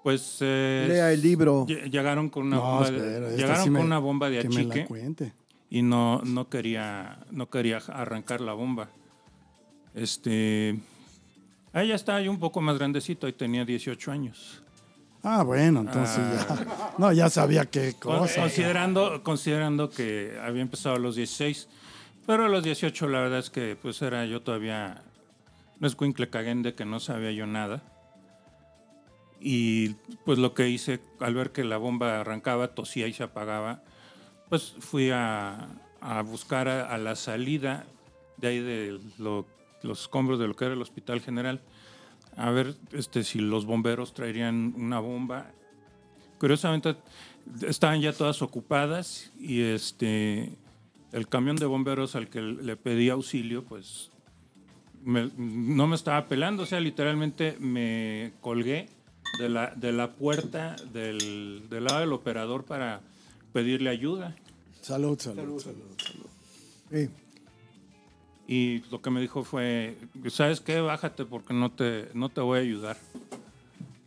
Pues eh,
Lea el libro.
lle- llegaron con una
No,
bomba, de-
espera, esta
llegaron
sí
con
me-
una bomba de
Que me la
achique
cuente.
y no, no quería no quería arrancar la bomba. Este, ahí ya está, yo un poco más grandecito, ahí tenía 18 años.
Ah, bueno, entonces ya.
Ah.
No, ya sabía qué
Con-
cosa.
Considerando, considerando que había empezado a los 16, pero a los 18 la verdad es que pues era yo todavía no es de que no sabía yo nada. Y pues lo que hice al ver que la bomba arrancaba, tosía y se apagaba, pues fui a, a buscar a, a la salida de ahí de lo- los escombros de lo que era el hospital general, a ver este, si los bomberos traerían una bomba curiosamente estaban ya todas ocupadas y este el camión de bomberos al que le pedí auxilio pues me- no me estaba pelando, o sea, literalmente me colgué de la, de la puerta del, del lado del operador para pedirle ayuda.
Salud, salud.
Eh,
Y lo que me dijo fue, ¿sabes qué? Bájate porque no te, no te voy a ayudar.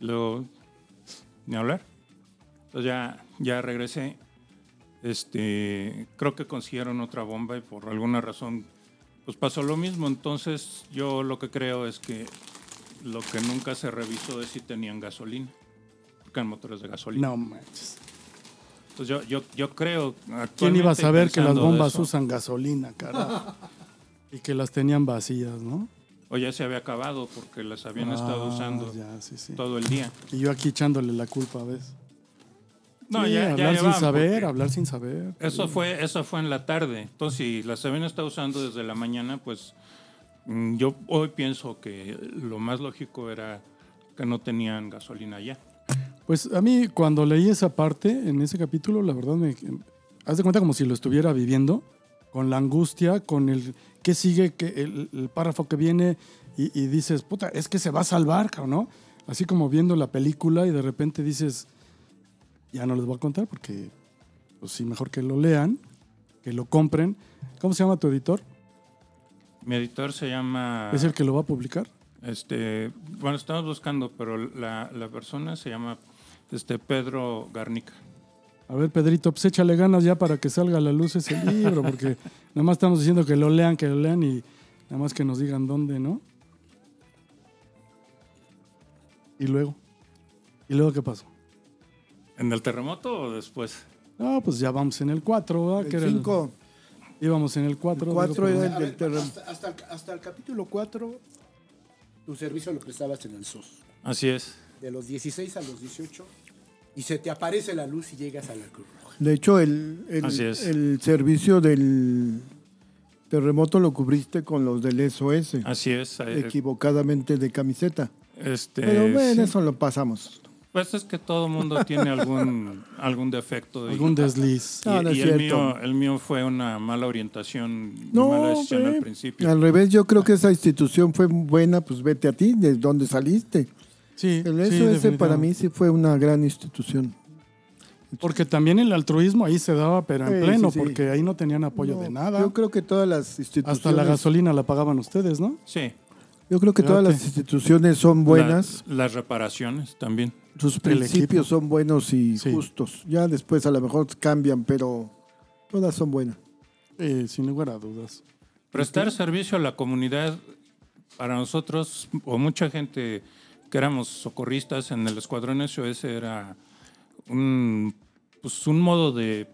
Luego, ni hablar. Entonces ya, ya regresé. Este, creo que consiguieron otra bomba y por alguna razón pues pasó lo mismo. Entonces yo lo que creo es que lo que nunca se revisó es si tenían gasolina. Porque eran motores de gasolina.
No manches.
Entonces yo, yo, yo creo...
¿Quién iba a
actualmente
saber que las
pensando de
bombas
eso,
usan gasolina, carajo? y que las tenían vacías, ¿no?
O ya se había acabado porque las habían estado
Ah,
usando.
Ya, sí, sí.
todo el día.
Y yo aquí echándole la culpa, ¿ves?
No,
Sí,
ya, ya
hablar sin
llevaban,
saber,
porque
hablar sin saber.
Eso fue, eso fue en la tarde. Entonces, si la Sabina está usando desde la mañana, pues mm, yo hoy pienso que lo más lógico era que no tenían gasolina ya.
Pues a mí cuando leí esa parte en ese capítulo, la verdad me... Haz de cuenta como si lo estuviera viviendo, con la angustia, con el que sigue, que el, el párrafo que viene y, y dices, puta, es que se va a salvar, cabrón, ¿no? Así como viendo la película y de repente dices, ya no les voy a contar porque, pues sí, mejor que lo lean, que lo compren. ¿Cómo se llama tu editor?
Mi editor se llama...
¿Es el que lo va a publicar?
este, bueno, estamos buscando, pero la, la persona se llama este, Pedro Garnica.
A ver, Pedrito, pues échale ganas ya para que salga a la luz ese libro, porque nada más estamos diciendo que lo lean, que lo lean y nada más que nos digan dónde, ¿no? Y luego. ¿Y luego qué pasó?
¿En el terremoto o después?
No, pues ya vamos en el 4, ¿verdad? Que era
el
el-
5.
íbamos en el 4.
El 4 era el
A
del
ver,
terremoto.
hasta, hasta el, hasta el capítulo 4, tu servicio lo prestabas en el SOS.
Así es.
De los 16 a los 18, y se te aparece la luz y llegas a la Cruz Roja.
De hecho, el, el-
Así es.
el servicio del terremoto lo cubriste con los del SOS,
Así es. eh,
equivocadamente de camiseta.
Este,
Pero bueno,
sí.
eso lo pasamos.
Pues es que todo mundo tiene algún, algún defecto. y-
Algún desliz.
Y,
No, no es
y el,
cierto.
mío, el mío fue una mala orientación,
No,
mala decisión
ve.
al principio.
Al revés, yo creo que esa institución fue buena, pues vete a ti, de dónde saliste.
Sí,
El SOS
sí,
para
definitivamente.
mí sí fue una gran institución.
Porque también el altruismo ahí se daba, pero en
Sí,
pleno,
sí, sí.
porque ahí no tenían apoyo
No,
de nada.
Yo creo que pues todas las instituciones.
Hasta la gasolina la pagaban ustedes, ¿no?
Sí.
Yo creo que todas
Fíjate.
las instituciones son buenas,
La- las reparaciones también.
sus
el equipo.
principios son buenos y
Sí.
justos. Ya después a lo mejor cambian, pero todas son buenas.
Eh, sin lugar a dudas.
Prestar servicio a la comunidad para nosotros, o mucha gente que éramos socorristas en el escuadrón SOS era un, pues, un modo de,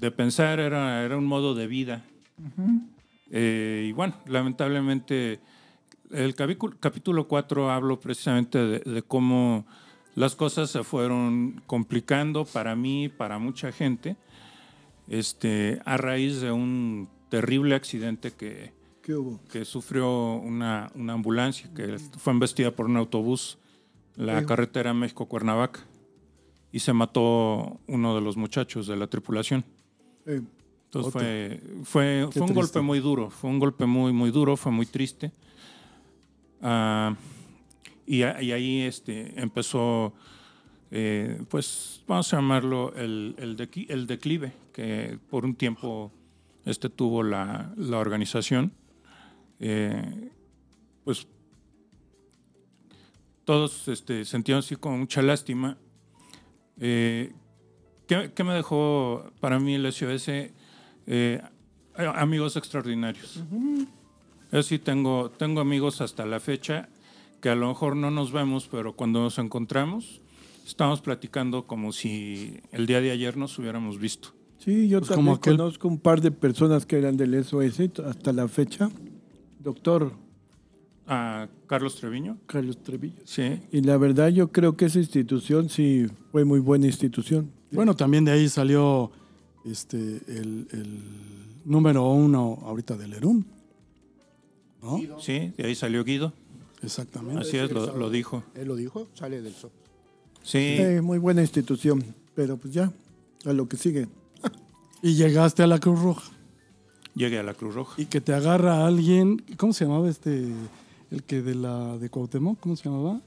de pensar, era, era un modo de vida. Eh, y bueno, lamentablemente el capítulo, capítulo 4 hablo precisamente de, de cómo las cosas se fueron complicando para mí, para mucha gente, este, a raíz de un terrible accidente que,
¿Qué hubo?
que sufrió una, una ambulancia que fue embestida por un autobús en la carretera México-Cuernavaca y se mató uno de los muchachos de la tripulación.
Eh,
Entonces
Otro.
fue, fue,
Qué
fue un
triste.
golpe muy duro, fue un golpe muy, muy duro, fue muy triste. Ah, y, a- y ahí este, empezó, eh, pues vamos a llamarlo el, el, dequi- el declive que por un tiempo este tuvo la, la organización. Eh, pues todos este, sentimos así con mucha lástima. Eh, ¿qué, qué me dejó para mí el SOS? Eh, a- amigos extraordinarios. Yo sí tengo, tengo amigos hasta la fecha que a lo mejor no nos vemos, pero cuando nos encontramos estamos platicando como si el día de ayer nos hubiéramos visto.
Sí, yo
Pues
también
como aquel-
conozco un par de personas que eran del SOS t- hasta la fecha. Doctor
A Carlos Treviño,
Carlos Trevillo.
sí.
Y la verdad yo creo que esa institución sí fue muy buena institución.
Bueno, también de ahí salió este el, el número uno ahorita del ERUM. ¿No?
Sí, de ahí salió Guido.
Exactamente.
Así es, lo, lo dijo.
Él lo dijo, sale del sol.
Sí,
Eh, muy buena institución, pero pues ya, a lo que sigue.
Y llegaste a la Cruz Roja.
llegué a la Cruz Roja.
Y que te agarra alguien. ¿Cómo se llamaba este? El que de la de Cuauhtémoc, ¿cómo se llamaba?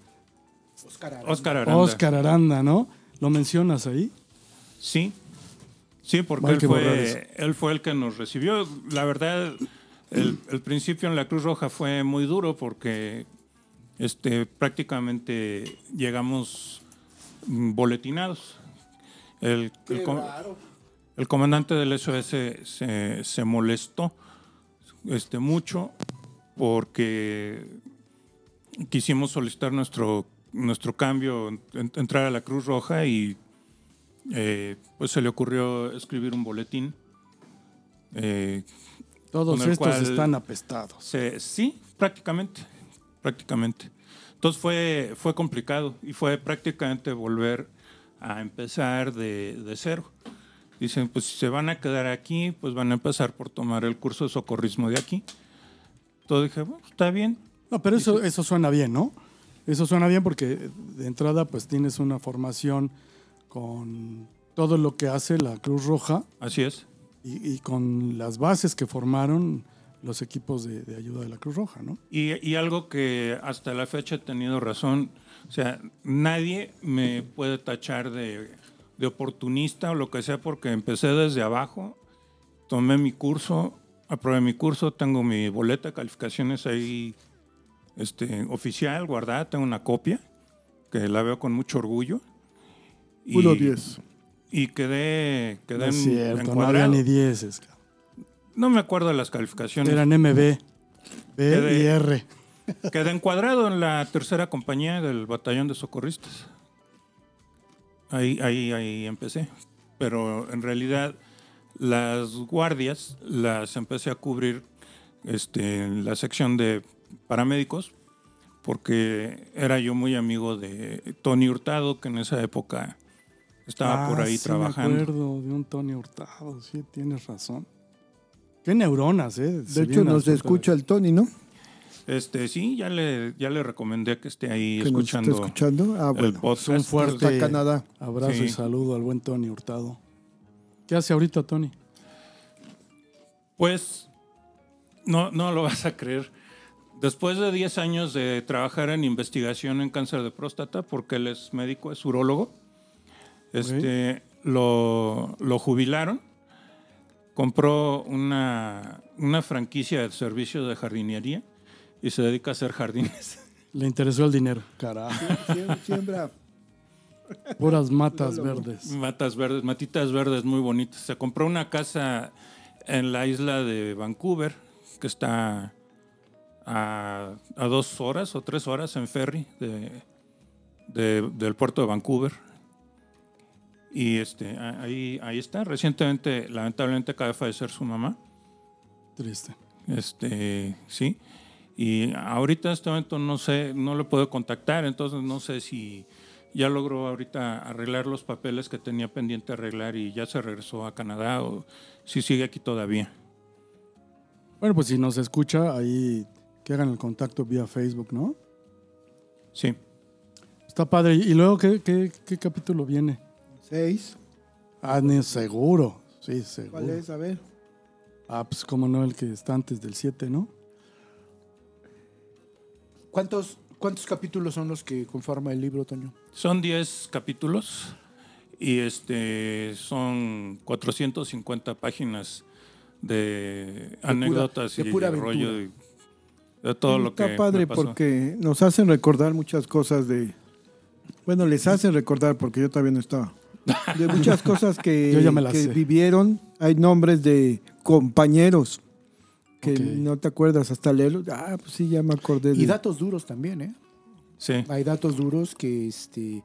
Oscar Aranda.
Oscar Aranda.
Oscar Aranda, ¿no? ¿Lo mencionas ahí?
Sí, sí, porque
Hay
él
que borrar eso.
fue, él fue el que nos recibió. La verdad, el, el principio en la Cruz Roja fue muy duro porque este, prácticamente llegamos mm, boletinados. El, el com- el comandante del SOS se, se molestó este, mucho porque quisimos solicitar nuestro, nuestro cambio, en- entrar a la Cruz Roja y eh, pues se le ocurrió escribir un boletín. eh,
Todos
Con el
estos
cual-
están apestados.
se- sí, prácticamente, prácticamente. Entonces fue, fue complicado y fue prácticamente volver a empezar de, de cero. Dicen, pues si se van a quedar aquí, pues van a empezar por tomar el curso de socorrismo de aquí. Entonces dije, bueno, está bien.
No, pero eso, eso suena bien, ¿no? Eso suena bien porque de entrada pues tienes una formación con todo lo que hace la Cruz Roja
Así es,
y, y con las bases que formaron los equipos de, de ayuda de la Cruz Roja, ¿no?
Y, y algo que hasta la fecha he tenido razón, o sea, nadie me puede tachar de, de oportunista o lo que sea porque empecé desde abajo, tomé mi curso, aprobé mi curso, tengo mi boleta de calificaciones ahí este, oficial, guardada, tengo una copia que la veo con mucho orgullo. Y-
1-10.
Y quedé, quedé
No es
en-
cierto, no había
encuadrado.
ni dieces. cabrón.
No me acuerdo de las calificaciones.
Eran MB, B
Quedé-
y R.
Quedé encuadrado en la tercera compañía del batallón de socorristas. Ahí, ahí, ahí empecé. Pero en realidad las guardias las empecé a cubrir este, en la sección de paramédicos porque era yo muy amigo de Tony Hurtado, que en esa época estaba
Ah,
por ahí
sí, Me
trabajando.
acuerdo de un Tony Hurtado, sí, tienes razón. Qué neuronas, ¿eh?
De hecho, nos escucha el Tony, ¿no?
Este, sí, ya le, ya le recomendé que esté ahí
Que nos está
escuchando,
escuchando. Ah,
el
bueno.
podcast.
Un fuerte
Hasta Canadá.
abrazo
Sí.
y saludo al buen Tony Hurtado. ¿Qué hace ahorita Tony?
Pues no, no lo vas a creer. Después de 10 años de trabajar en investigación en cáncer de próstata, porque él es médico, es urólogo, este, lo, lo jubilaron, compró una, una franquicia de servicios de jardinería y se dedica a hacer jardines.
Le interesó el dinero. Carajo.
Siem- Siembra.
Puras matas verdes.
Matas verdes, matitas verdes muy bonitas. Se compró una casa en la isla de Vancouver, que está a, a dos horas o tres horas en ferry de, de- del puerto de Vancouver. Y este, a- ahí, ahí está. Recientemente, lamentablemente, acaba de fallecer su mamá.
Triste.
Este, sí. Y ahorita en este momento no sé, no lo puedo contactar, entonces no sé si ya logró ahorita arreglar los papeles que tenía pendiente arreglar y ya se regresó a Canadá o si sigue aquí todavía.
Bueno, pues si nos escucha, ahí que hagan el contacto vía Facebook, ¿no?
Sí.
Está padre. ¿Y luego qué, qué- qué capítulo viene?
¿Seis?
Ah, ne- seguro. Sí, seguro.
¿Cuál es? A ver.
Ah, pues como no, el que está antes del 7, ¿no?
¿Cuántos, ¿Cuántos capítulos son los que conforma el libro, Toño?
Son 10 capítulos y este son 450 páginas de, anécdotas
de
y
pura
de rollo de,
aventura.
de todo lo que
Mm, Está
me
padre
pasó.
porque nos hacen recordar muchas cosas de. Bueno, les hacen recordar porque yo todavía no estaba. De muchas cosas que,
Yo ya me las
que
sé.
vivieron. Hay nombres de compañeros que
Ok.
no te acuerdas hasta leerlos. Ah, pues sí, ya me acordé.
Y
de-
datos duros también, ¿eh?
Sí.
Hay datos duros que, este,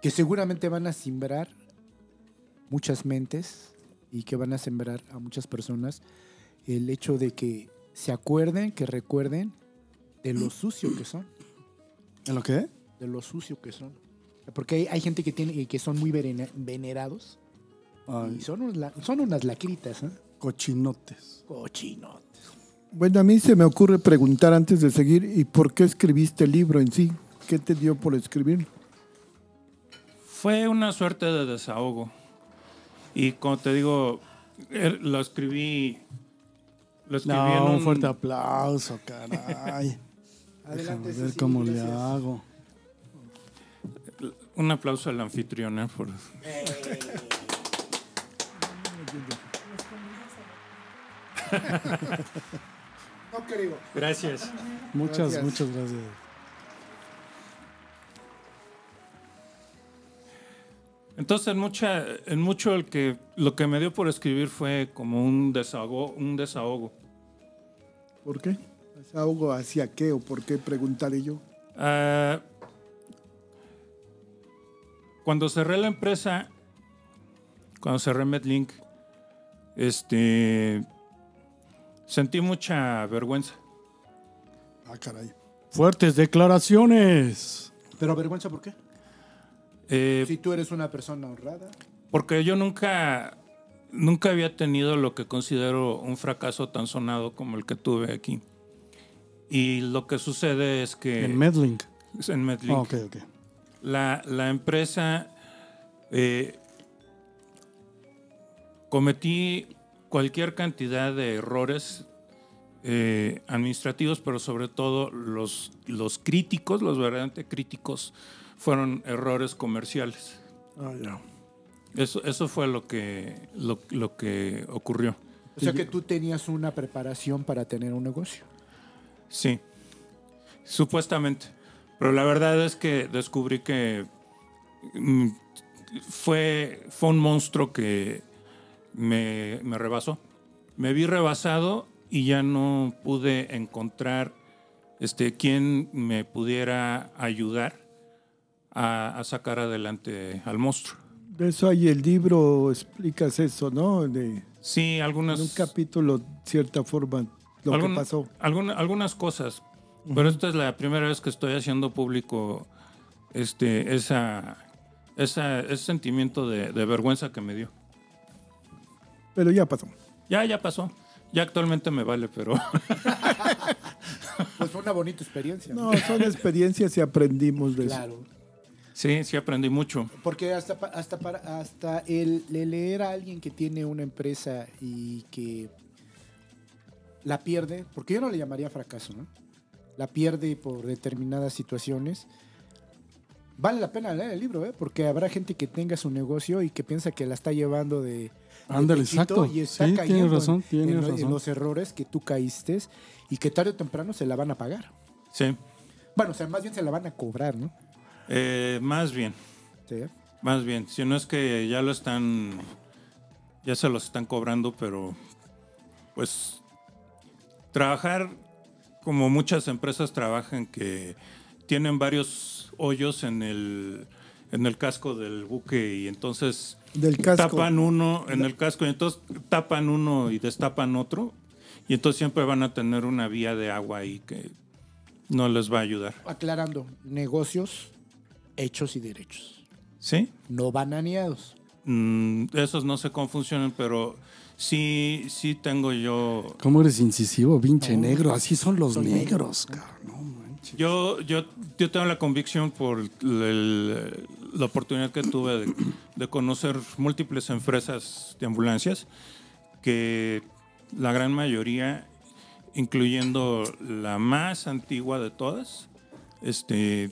que seguramente van a sembrar muchas mentes y que van a sembrar a muchas personas el hecho de que se acuerden, que recuerden de lo sucio que son,
¿En lo qué?
de lo sucio que son. Porque hay, hay gente que tiene que son muy verena- venerados y
Ay,
son, unos la- son unas lacritas, ¿eh?
cochinotes.
Cochinotes.
Bueno, a mí se me ocurre preguntar antes de seguir: ¿y por qué escribiste el libro en sí? ¿Qué te dio por escribirlo?
Fue una suerte de desahogo. Y como te digo, eh, lo escribí. Lo escribí en
No,
un,
un fuerte aplauso, caray. Déjame
Adelante,
ver
Ceci,
cómo le
gracias.
hago.
un aplauso al anfitrión. ¿eh? por-
No creo.
Gracias.
Muchas, muchas gracias.
Entonces, en, mucha, en mucho el que, lo que me dio por escribir fue como un desahogo. Un desahogo.
¿Por qué? ¿Desahogo hacia qué o por qué preguntaré yo?
Ah, cuando cerré la empresa, cuando cerré MedLink, este, sentí mucha vergüenza.
Ah, caray. Fuertes declaraciones.
Pero vergüenza, ¿por qué?
Eh,
Si tú eres una persona honrada.
Porque yo nunca, nunca había tenido lo que considero un fracaso tan sonado como el que tuve aquí. Y lo que sucede es que
en Medlink.
en Medlink,
Ah, ok, ok.
la, la empresa eh, cometí cualquier cantidad de errores eh, administrativos, pero sobre todo los, los críticos, los verdaderamente críticos, fueron errores comerciales.
Ah, ya.
Eso, eso fue lo que, lo, lo que ocurrió.
O sea que tú tenías una preparación para tener un negocio.
Sí, supuestamente. Pero la verdad es que descubrí que mm, fue, fue un monstruo que me, me rebasó. Me vi rebasado y ya no pude encontrar este, quién me pudiera ayudar a- a sacar adelante al monstruo.
De eso hay el libro, explicas eso, ¿no? De,
Sí, algunas...
en un capítulo, cierta forma, lo
Algun-
que pasó.
alguna- algunas cosas. Pero esta es la primera vez que estoy haciendo público este, esa, esa, ese sentimiento de, de vergüenza que me dio.
Pero ya pasó.
Ya, ya pasó. Ya actualmente me vale, pero
Pues fue una bonita experiencia. ¿no?
No, son experiencias y aprendimos de eso.
Claro.
sí, sí aprendí mucho.
Porque hasta, pa- hasta, para, hasta el, el leer a alguien que tiene una empresa y que la pierde, porque yo no le llamaría fracaso, ¿no? La pierde por determinadas situaciones. Vale la pena leer el libro, ¿eh? Porque habrá gente que tenga su negocio y que piensa que la está llevando de,
Ándale,
pechito
exacto.
Y está
Sí,
cayendo
tienes
en-
razón,
en
tienes
lo- en,
razón.
los errores que tú caíste y que tarde o temprano se la van a pagar.
Sí.
Bueno, o sea, más bien se la van a cobrar, ¿no?
Eh, más bien,
Sí.
más bien. Si no es que ya lo están, ya se los están cobrando, pero pues trabajar como muchas empresas trabajan que tienen varios hoyos en el, en el casco del buque y entonces
Del casco.
tapan uno en el casco y entonces tapan uno y destapan otro y entonces siempre van a tener una vía de agua ahí que no les va a ayudar.
Aclarando, negocios, hechos y derechos.
¿Sí?
No bananeados.
Mm, esos no sé cómo funcionan, pero sí, sí tengo yo.
¿Cómo eres incisivo, pinche negro? Así son los negros, cabrón. No manches.
Yo, yo, yo tengo la convicción por el- la oportunidad que tuve de, de conocer múltiples empresas de ambulancias, que la gran mayoría, incluyendo la más antigua de todas, este,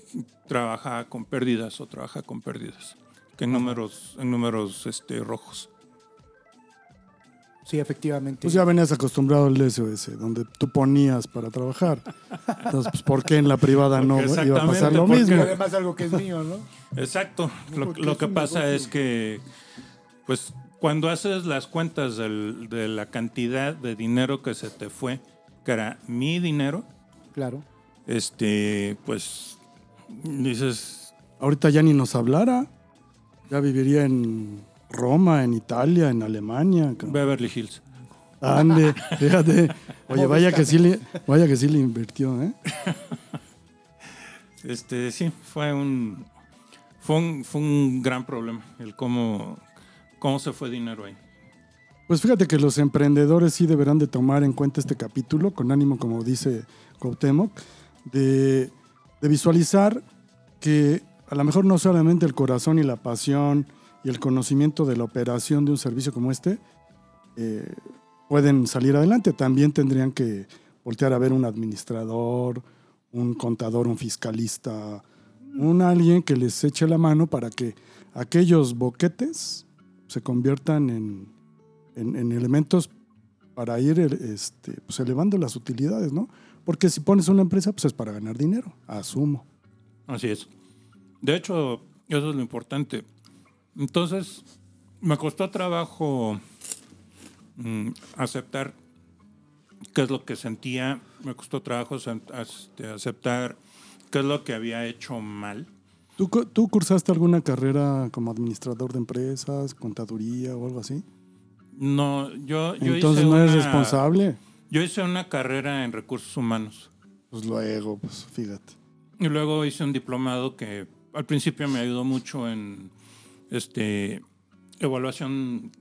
trabaja con pérdidas o trabaja con pérdidas, que en números, en números este, rojos.
Sí, efectivamente.
Pues ya venías acostumbrado al SOS, donde tú ponías para trabajar. Entonces, pues, ¿por qué en la privada no
Porque
iba a pasar
exactamente,
lo
porque-
mismo?
Además, algo que es mío, ¿no?
Exacto. Lo,
Porque
lo
es
que
un
pasa
negocio.
es que, pues, cuando haces las cuentas del- de la cantidad de dinero que se te fue, que era mi dinero,
Claro.
este, pues, dices,
Ahorita ya ni nos hablara. Ya viviría en Roma, en Italia, en Alemania. cabrón.
Beverly Hills.
Ande, fíjate. Oye, vaya que sí le, vaya que sí le invirtió, ¿eh?
Este, sí, fue un, fue un, fue un gran problema el cómo, cómo se fue dinero ahí.
Pues fíjate que los emprendedores sí deberán de tomar en cuenta este capítulo, con ánimo, como dice Cuauhtémoc, de, de visualizar que a lo mejor no solamente el corazón y la pasión y el conocimiento de la operación de un servicio como este eh, pueden salir adelante, también tendrían que voltear a ver un administrador, un contador, un fiscalista, un alguien que les eche la mano para que aquellos boquetes se conviertan en en, en elementos para ir el- este, pues, elevando las utilidades, ¿no? Porque si pones una empresa, pues es para ganar dinero, asumo.
Así es. De hecho, eso es lo importante. Entonces, me costó trabajo mm, aceptar qué es lo que sentía, me costó trabajo sen- este, aceptar qué es lo que había hecho mal.
¿Tú, cu- ¿Tú cursaste alguna carrera como administrador de empresas, contaduría o algo así?
No, yo, yo
Entonces
hice
no eres
una-
responsable.
Yo hice una carrera en recursos humanos
Pues luego, pues fíjate.
y luego hice un diplomado que al principio me ayudó mucho en este evaluación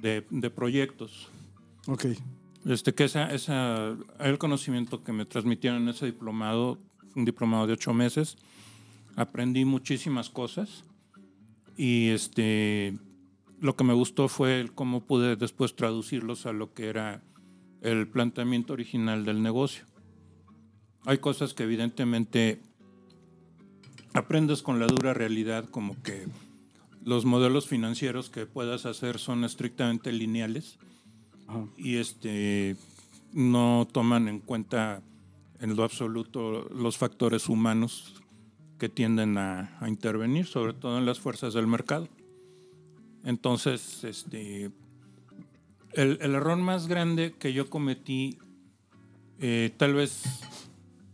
de- de proyectos.
Ok.
Este, que esa, esa, el conocimiento que me transmitieron en ese diplomado, un diplomado de ocho meses, aprendí muchísimas cosas y este, lo que me gustó fue el cómo pude después traducirlos a lo que era el planteamiento original del negocio. Hay cosas que evidentemente aprendes con la dura realidad, como que los modelos financieros que puedas hacer son estrictamente lineales y este no toman en cuenta en lo absoluto los factores humanos que tienden a, a intervenir, sobre todo en las fuerzas del mercado. Entonces, este, el, el error más grande que yo cometí, eh, tal vez,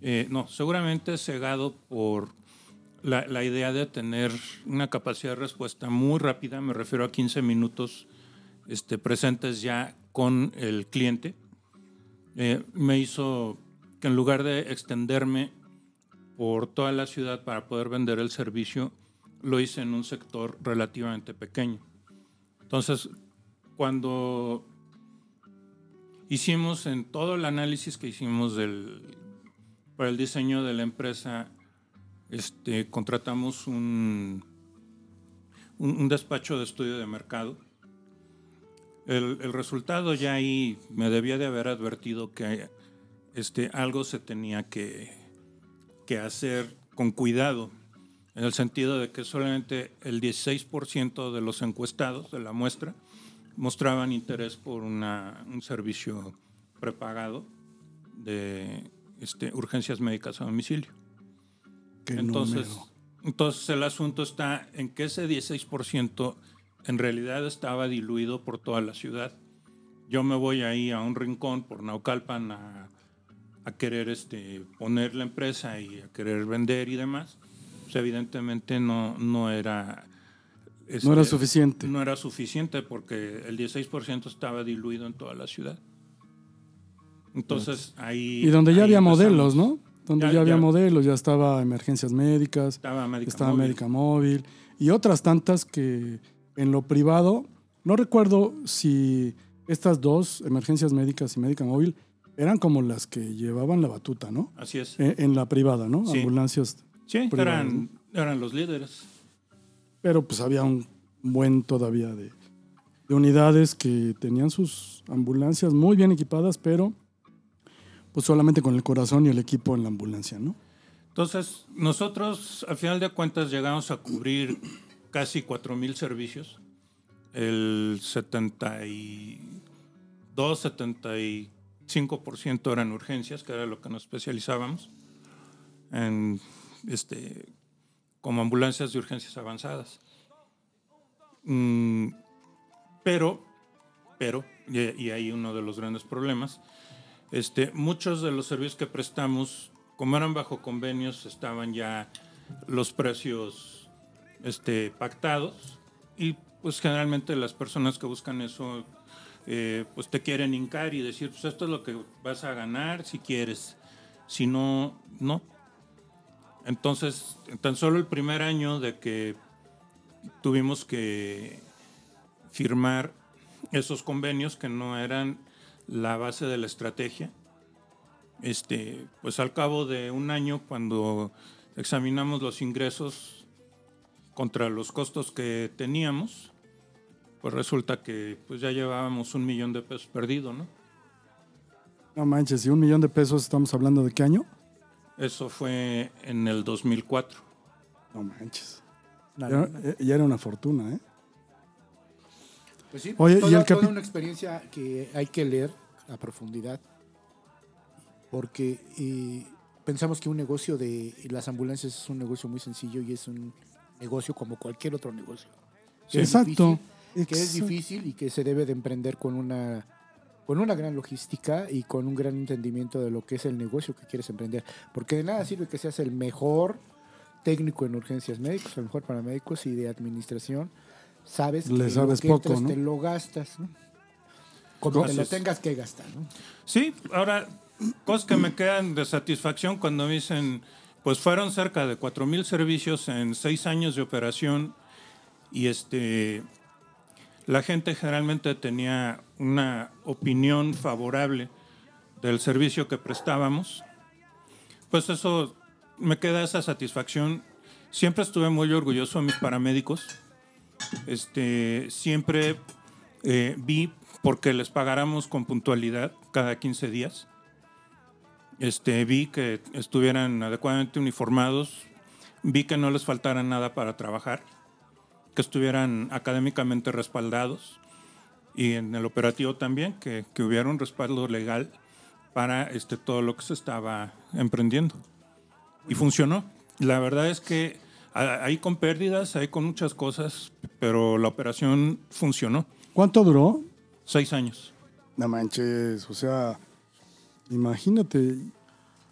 eh, no, seguramente cegado por la, la idea de tener una capacidad de respuesta muy rápida, me refiero a 15 minutos este, presentes ya con el cliente, eh, me hizo que en lugar de extenderme por toda la ciudad para poder vender el servicio, lo hice en un sector relativamente pequeño. Entonces, cuando hicimos en todo el análisis que hicimos del, para el diseño de la empresa, este, contratamos un- un- un despacho de estudio de mercado el, el resultado ya ahí me debía de haber advertido que este, algo se tenía que, que hacer con cuidado, en el sentido de que solamente el 16% de los encuestados de la muestra mostraban interés por una- un servicio prepagado de este, urgencias médicas a domicilio.
¿Qué
Entonces,
número?
entonces el asunto está en que ese 16% en realidad estaba diluido por toda la ciudad. Yo me voy ahí a un rincón por Naucalpan a, a querer este, poner la empresa y a querer vender y demás, pues evidentemente no, no era...
No era
este,
suficiente.
No era suficiente porque el 16% estaba diluido en toda la ciudad. Entonces ahí...
Y donde ya
ahí
había
empezamos.
modelos, ¿no? Donde
Ya-
ya, había
ya-
modelos, ya estaba emergencias médicas,
Estaba América
estaba
Móvil.
América Móvil y otras tantas que en lo privado, no recuerdo si estas dos, emergencias médicas y América Móvil, eran como las que llevaban la batuta, ¿no? E,
Así es.
En, en la privada, ¿no?
Sí.
Ambulancias.
Sí,
privado,
eran, eran los líderes.
Pero pues había un buen todavía de, de unidades que tenían sus ambulancias muy bien equipadas, pero pues solamente con el corazón y el equipo en la ambulancia, ¿no?
Entonces, nosotros, a final de cuentas, llegamos a cubrir casi 4.000 servicios. El 72, 75% eran urgencias, que era lo que nos especializábamos, en, este, como ambulancias de urgencias avanzadas. Mm, pero, pero, y, y ahí uno de los grandes problemas, este, muchos de los servicios que prestamos, como eran bajo convenios, estaban ya los precios este, pactados y pues generalmente las personas que buscan eso eh, pues te quieren hincar y decir pues esto es lo que vas a ganar si quieres, si no, no. Entonces, tan solo el primer año de que tuvimos que firmar esos convenios que no eran la base de la estrategia. Este, pues al cabo de un año, cuando examinamos los ingresos contra los costos que teníamos, pues resulta que pues ya llevábamos un millón de pesos perdido, ¿no?
No manches, y un millón de pesos estamos hablando de qué año?
Eso fue en el 2004.
No manches. Ya, eh, ya era una fortuna, ¿eh?
Pues sí,
Oye, y
toda,
el capi-
toda una experiencia que hay que leer a profundidad. Porque eh, pensamos que un negocio de las ambulancias es un negocio muy sencillo y es un negocio como cualquier otro negocio. Que es
Exacto.
difícil, que es
Exacto.
difícil y que se debe de emprender con una con una gran logística y con un gran entendimiento de lo que es el negocio que quieres emprender. Porque de nada sirve que seas el mejor técnico en urgencias médicas, el mejor paramédicos y de administración. Sabes
Le
que
sabes
lo que
poco,
entras
¿no?
te lo gastas, ¿no? Como te lo
Entonces-
tengas que gastar, ¿no?
Sí, ahora, cosas que me quedan de satisfacción cuando me dicen, pues fueron cerca de 4.000 servicios en seis años de operación y este, la gente generalmente tenía una opinión favorable del servicio que prestábamos. Pues eso, me queda esa satisfacción. Siempre estuve muy orgulloso de mis paramédicos. Este, siempre eh, vi porque les pagáramos con puntualidad cada 15 días. Este, vi que estuvieran adecuadamente uniformados, vi que no les faltara nada para trabajar, que estuvieran académicamente respaldados y en el operativo también, que, que hubiera un respaldo legal para este, todo lo que se estaba emprendiendo. Y funcionó. La verdad es que a- ahí con pérdidas, ahí con muchas cosas, pero la operación funcionó.
¿Cuánto duró?
Seis años.
No manches, o sea, imagínate.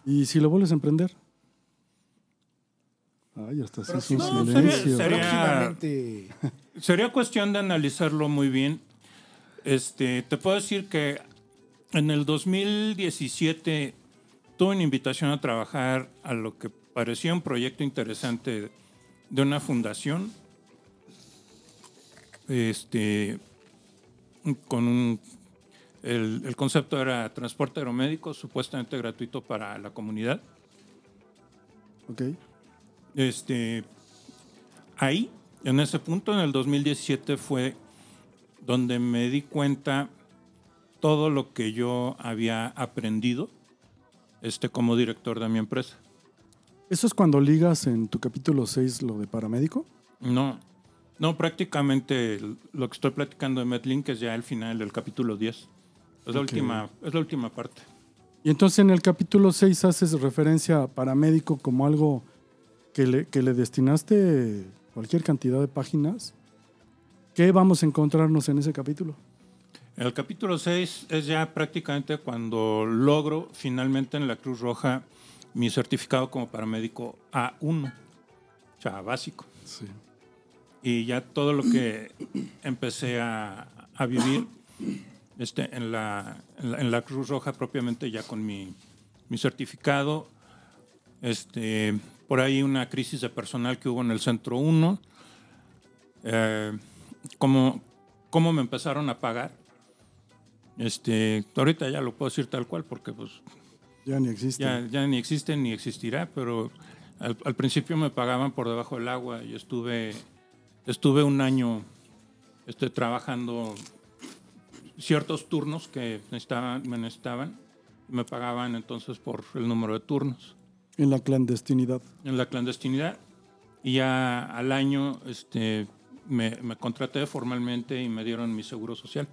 ¿Y si lo vuelves a emprender? Ay, hasta se hizo un
No, sería-
silencio.
sería-
Próximamente.
Sería cuestión de analizarlo muy bien. Este, te puedo decir que en el 2017 tuve una invitación a trabajar a lo que parecía un proyecto interesante de una fundación. Este, con un- el, el concepto era transporte aeromédico supuestamente gratuito para la comunidad.
Ok.
Este, ahí, en ese punto, en el 2017, fue donde me di cuenta todo lo que yo había aprendido este, como director de mi empresa.
¿Eso es cuando ligas en tu capítulo 6 lo de paramédico?
No, no, prácticamente lo que estoy platicando de Metlink es ya el final del capítulo 10. Es, la,
Ok.
última, es la última parte.
Y entonces en el capítulo 6 haces referencia a paramédico como algo que le, que le destinaste cualquier cantidad de páginas. ¿Qué vamos a encontrarnos en ese capítulo?
El capítulo 6 es ya prácticamente cuando logro finalmente en la Cruz Roja mi certificado como paramédico A1, o sea, básico.
Sí.
Y ya todo lo que empecé a, a vivir este, en, la, en, la, en la Cruz Roja propiamente ya con mi, mi certificado. Este, por ahí una crisis de personal que hubo en el Centro 1. Eh, cómo, cómo me empezaron a pagar. Este, ahorita ya lo puedo decir tal cual porque pues
Ya ni existe.
ya, ya ni existe ni existirá, pero al, al principio me pagaban por debajo del agua y estuve, estuve un año este, trabajando ciertos turnos que necesitaban, me necesitaban. Me pagaban entonces por el número de turnos
En la clandestinidad.
en la clandestinidad. Y ya al año este, me, me contraté formalmente y me dieron mi seguro social.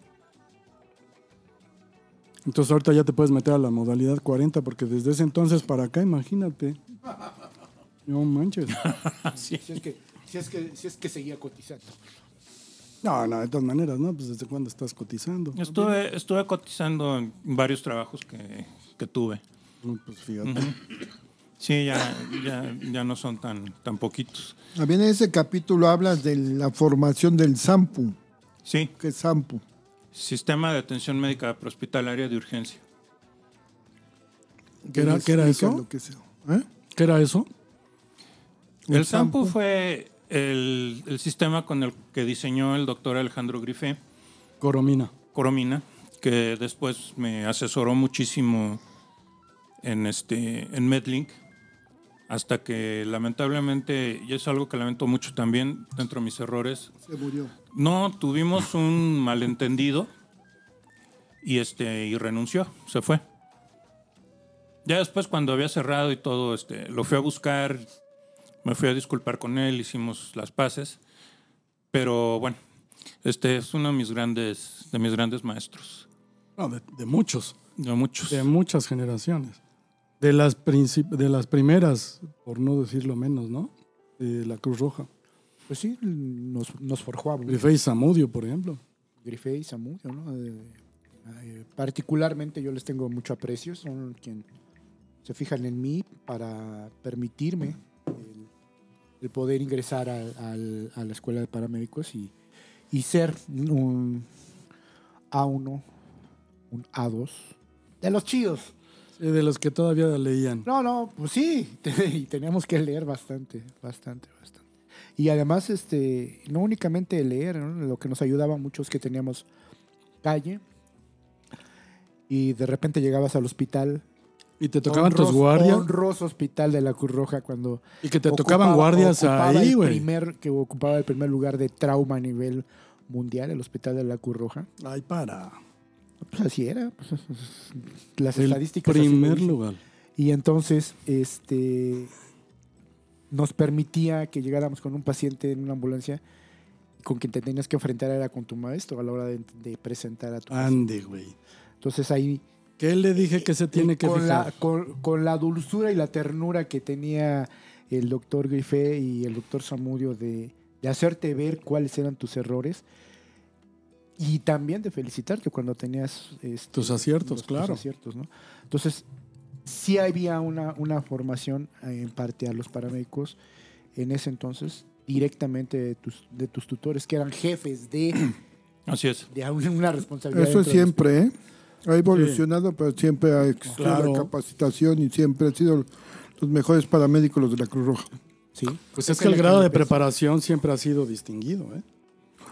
Entonces ahorita ya te puedes meter a la modalidad 40 porque desde ese entonces para acá, imagínate. No manches.
Si es que, si es que, si es que seguía cotizando.
No, no, de todas maneras, ¿no? Pues desde cuándo estás cotizando.
Estuve, estuve cotizando en varios trabajos que, que tuve.
No, Pues fíjate.
Sí, ya, ya, ya no son tan, tan poquitos.
También en ese capítulo hablas de la formación del SAMPU.
Sí,
¿Qué es SAMPU?
Sistema de Atención Médica Prehospitalaria de Urgencia.
¿Qué era- qué era
Explica
eso?
lo que es eso. ¿Eh?
¿Qué era eso?
El SAMPU fue el, el sistema con el que diseñó el doctor Alejandro Grifé.
Coromina.
Coromina, que después me asesoró muchísimo en este en Medlink, hasta que lamentablemente, y es algo que lamento mucho también dentro de mis errores,
Se murió.
no tuvimos un malentendido y este y renunció, se fue. Ya después cuando había cerrado y todo, este, lo fui a buscar, me fui a disculpar con él, hicimos las paces, pero bueno, este es uno de mis grandes de mis grandes maestros,
No, de, de muchos.
de
Pues
muchos.
De muchas generaciones. De las, princip- de las primeras, por no decirlo menos, ¿no? De la Cruz Roja.
Pues sí, nos, nos forjó a
Grife y Zamudio, por ejemplo.
Grife y Zamudio, ¿no? Eh, eh, particularmente yo les tengo mucho aprecio, son quien se fijan en mí para permitirme el, el poder ingresar a, al- a la escuela de paramédicos y, y ser un A1, un A2 de los chidos.
Sí, de los que todavía leían.
No, no, pues sí, y teníamos que leer bastante, bastante, bastante. Y además, este, no únicamente leer, ¿no? lo que nos ayudaba mucho es que teníamos calle y de repente llegabas al hospital.
Y te tocaban tus
honroso-
guardias.
Honroso hospital de la Cruz Roja cuando...
Y que te
ocupaba-
tocaban guardias
ocupaba
ahí,
el
güey.
primer- Que ocupaba el primer lugar de trauma a nivel mundial, el hospital de la Cruz Roja.
Ay, para.
Pues así era. pues, las
El
estadísticas... así lo
primer
dicen.
lugar.
Y entonces, este nos permitía que llegáramos con un paciente en una ambulancia y con quien te tenías que enfrentar era con tu maestro a la hora de, de presentar a tu paciente.
Ande, güey.
Entonces ahí
¿Qué le dije que se tiene que
con
fijar?
La, con, con la dulzura y la ternura que tenía el doctor Grifé y el doctor Samudio de, de hacerte ver cuáles eran tus errores y también de felicitarte cuando tenías este,
Tus aciertos,
tus
claro.
aciertos, ¿no? Entonces, sí había una, una formación eh, en parte a los paramédicos en ese entonces directamente de tus, de tus tutores que eran jefes de,
Así es.
de un- una responsabilidad.
Eso
dentro de los-
siempre, ¿eh? Ha evolucionado, pero siempre ha existido
Claro.
la capacitación y siempre han sido los mejores paramédicos los de la Cruz Roja.
Sí,
Pues es que el grado de preparación siempre ha sido distinguido, ¿eh?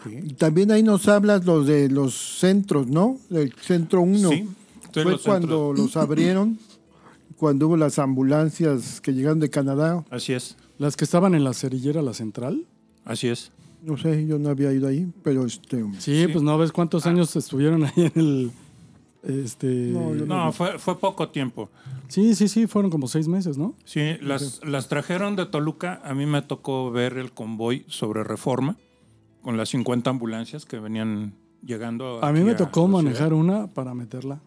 sí.
Y También ahí nos hablas los de los centros, ¿no? Del centro 1.
Sí, entonces
Fue
los centros-
cuando los abrieron, cuando hubo las ambulancias que llegaron de Canadá.
Así es,
Las que estaban en la cerillera, la central.
así es.
No sé, yo no había ido ahí, pero este.
Sí, pues no ves cuántos años estuvieron ahí en el. Este.
No, fue, fue poco tiempo.
Sí, sí, sí, fueron como seis meses, ¿no?
Sí, las, las trajeron de Toluca. A mí me tocó ver el convoy sobre reforma con las 50 ambulancias que venían llegando.
A mí
aquí
me tocó
la ciudad.
manejar una para meterla.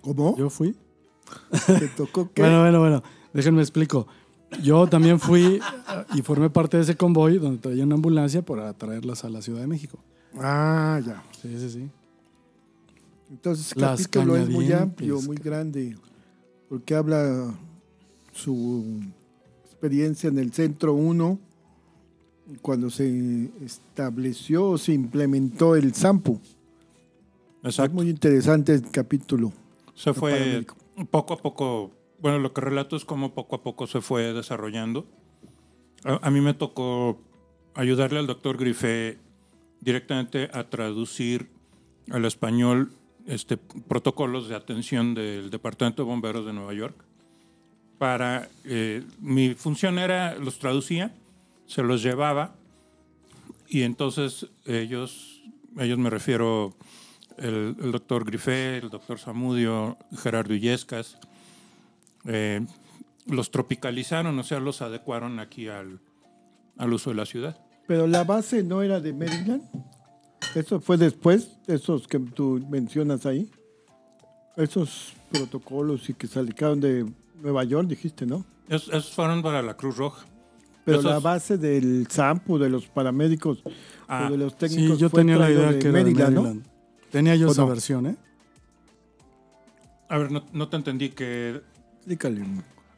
¿Cómo?
Yo fui.
¿Te tocó qué?
Bueno, bueno, bueno. Déjenme explico. Yo también fui eh, y formé parte de ese convoy donde traía una ambulancia para traerlas a la Ciudad de México.
Ah, ya.
Sí, sí, sí.
Entonces, el
Las
capítulo es muy amplio,
Cañadientes,
muy
ca-
grande, porque habla su experiencia en el Centro 1, cuando se estableció, se implementó el SAMPU. Es
Exacto.
muy interesante el capítulo.
Se fue
paramédico.
poco a poco, bueno, lo que relato es cómo poco a poco se fue desarrollando. A, a mí me tocó ayudarle al doctor Griffé directamente a traducir al español este, protocolos de atención del Departamento de Bomberos de Nueva York. Para, eh, mi función era, los traducía, se los llevaba y entonces ellos, ellos me refiero el, doctor Grifé, el doctor Zamudio, Gerardo Illescas, eh, los tropicalizaron, o sea, los adecuaron aquí al, al uso de la ciudad.
Pero la base no era de Maryland. Eso fue después, esos que tú mencionas ahí. Esos protocolos y que salieron de Nueva York, dijiste, ¿no?
Es- esos fueron para la Cruz Roja.
Pero
Esos-
la base del SAMPU, de los paramédicos
Ah,
o de los técnicos.
Sí, yo
fue
tenía la
traído
idea
de
que era de
Maryland, ¿no?
Maryland. Tenía yo
¿O
esa
no?
versión, ¿eh?
A ver, no, no te entendí que...
Explícale.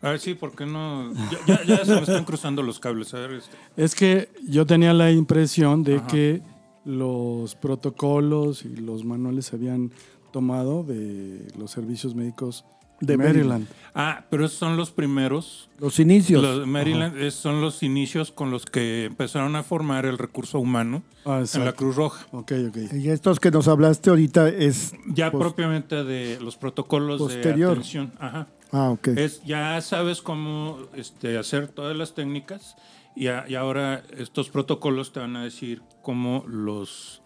A ver, sí, porque no... Ya, ya- ya se me están cruzando los cables. A ver, este,
Es que yo tenía la impresión de
Ajá.
que los protocolos y los manuales se habían tomado de los servicios médicos de Maryland.
Ah, pero esos son los primeros.
Los inicios.
Los de Maryland es- son los inicios con los que empezaron a formar el recurso humano
Ah,
en la
exacto.
Cruz Roja.
Ok, ok.
Y estos que nos hablaste ahorita es.
Ya
Pos-
propiamente de los protocolos
Posterior.
de atención. Ajá.
Ah,
Eh,
ok.
Es, ya sabes cómo este, hacer todas las técnicas y, a- y ahora estos protocolos te van a decir cómo los,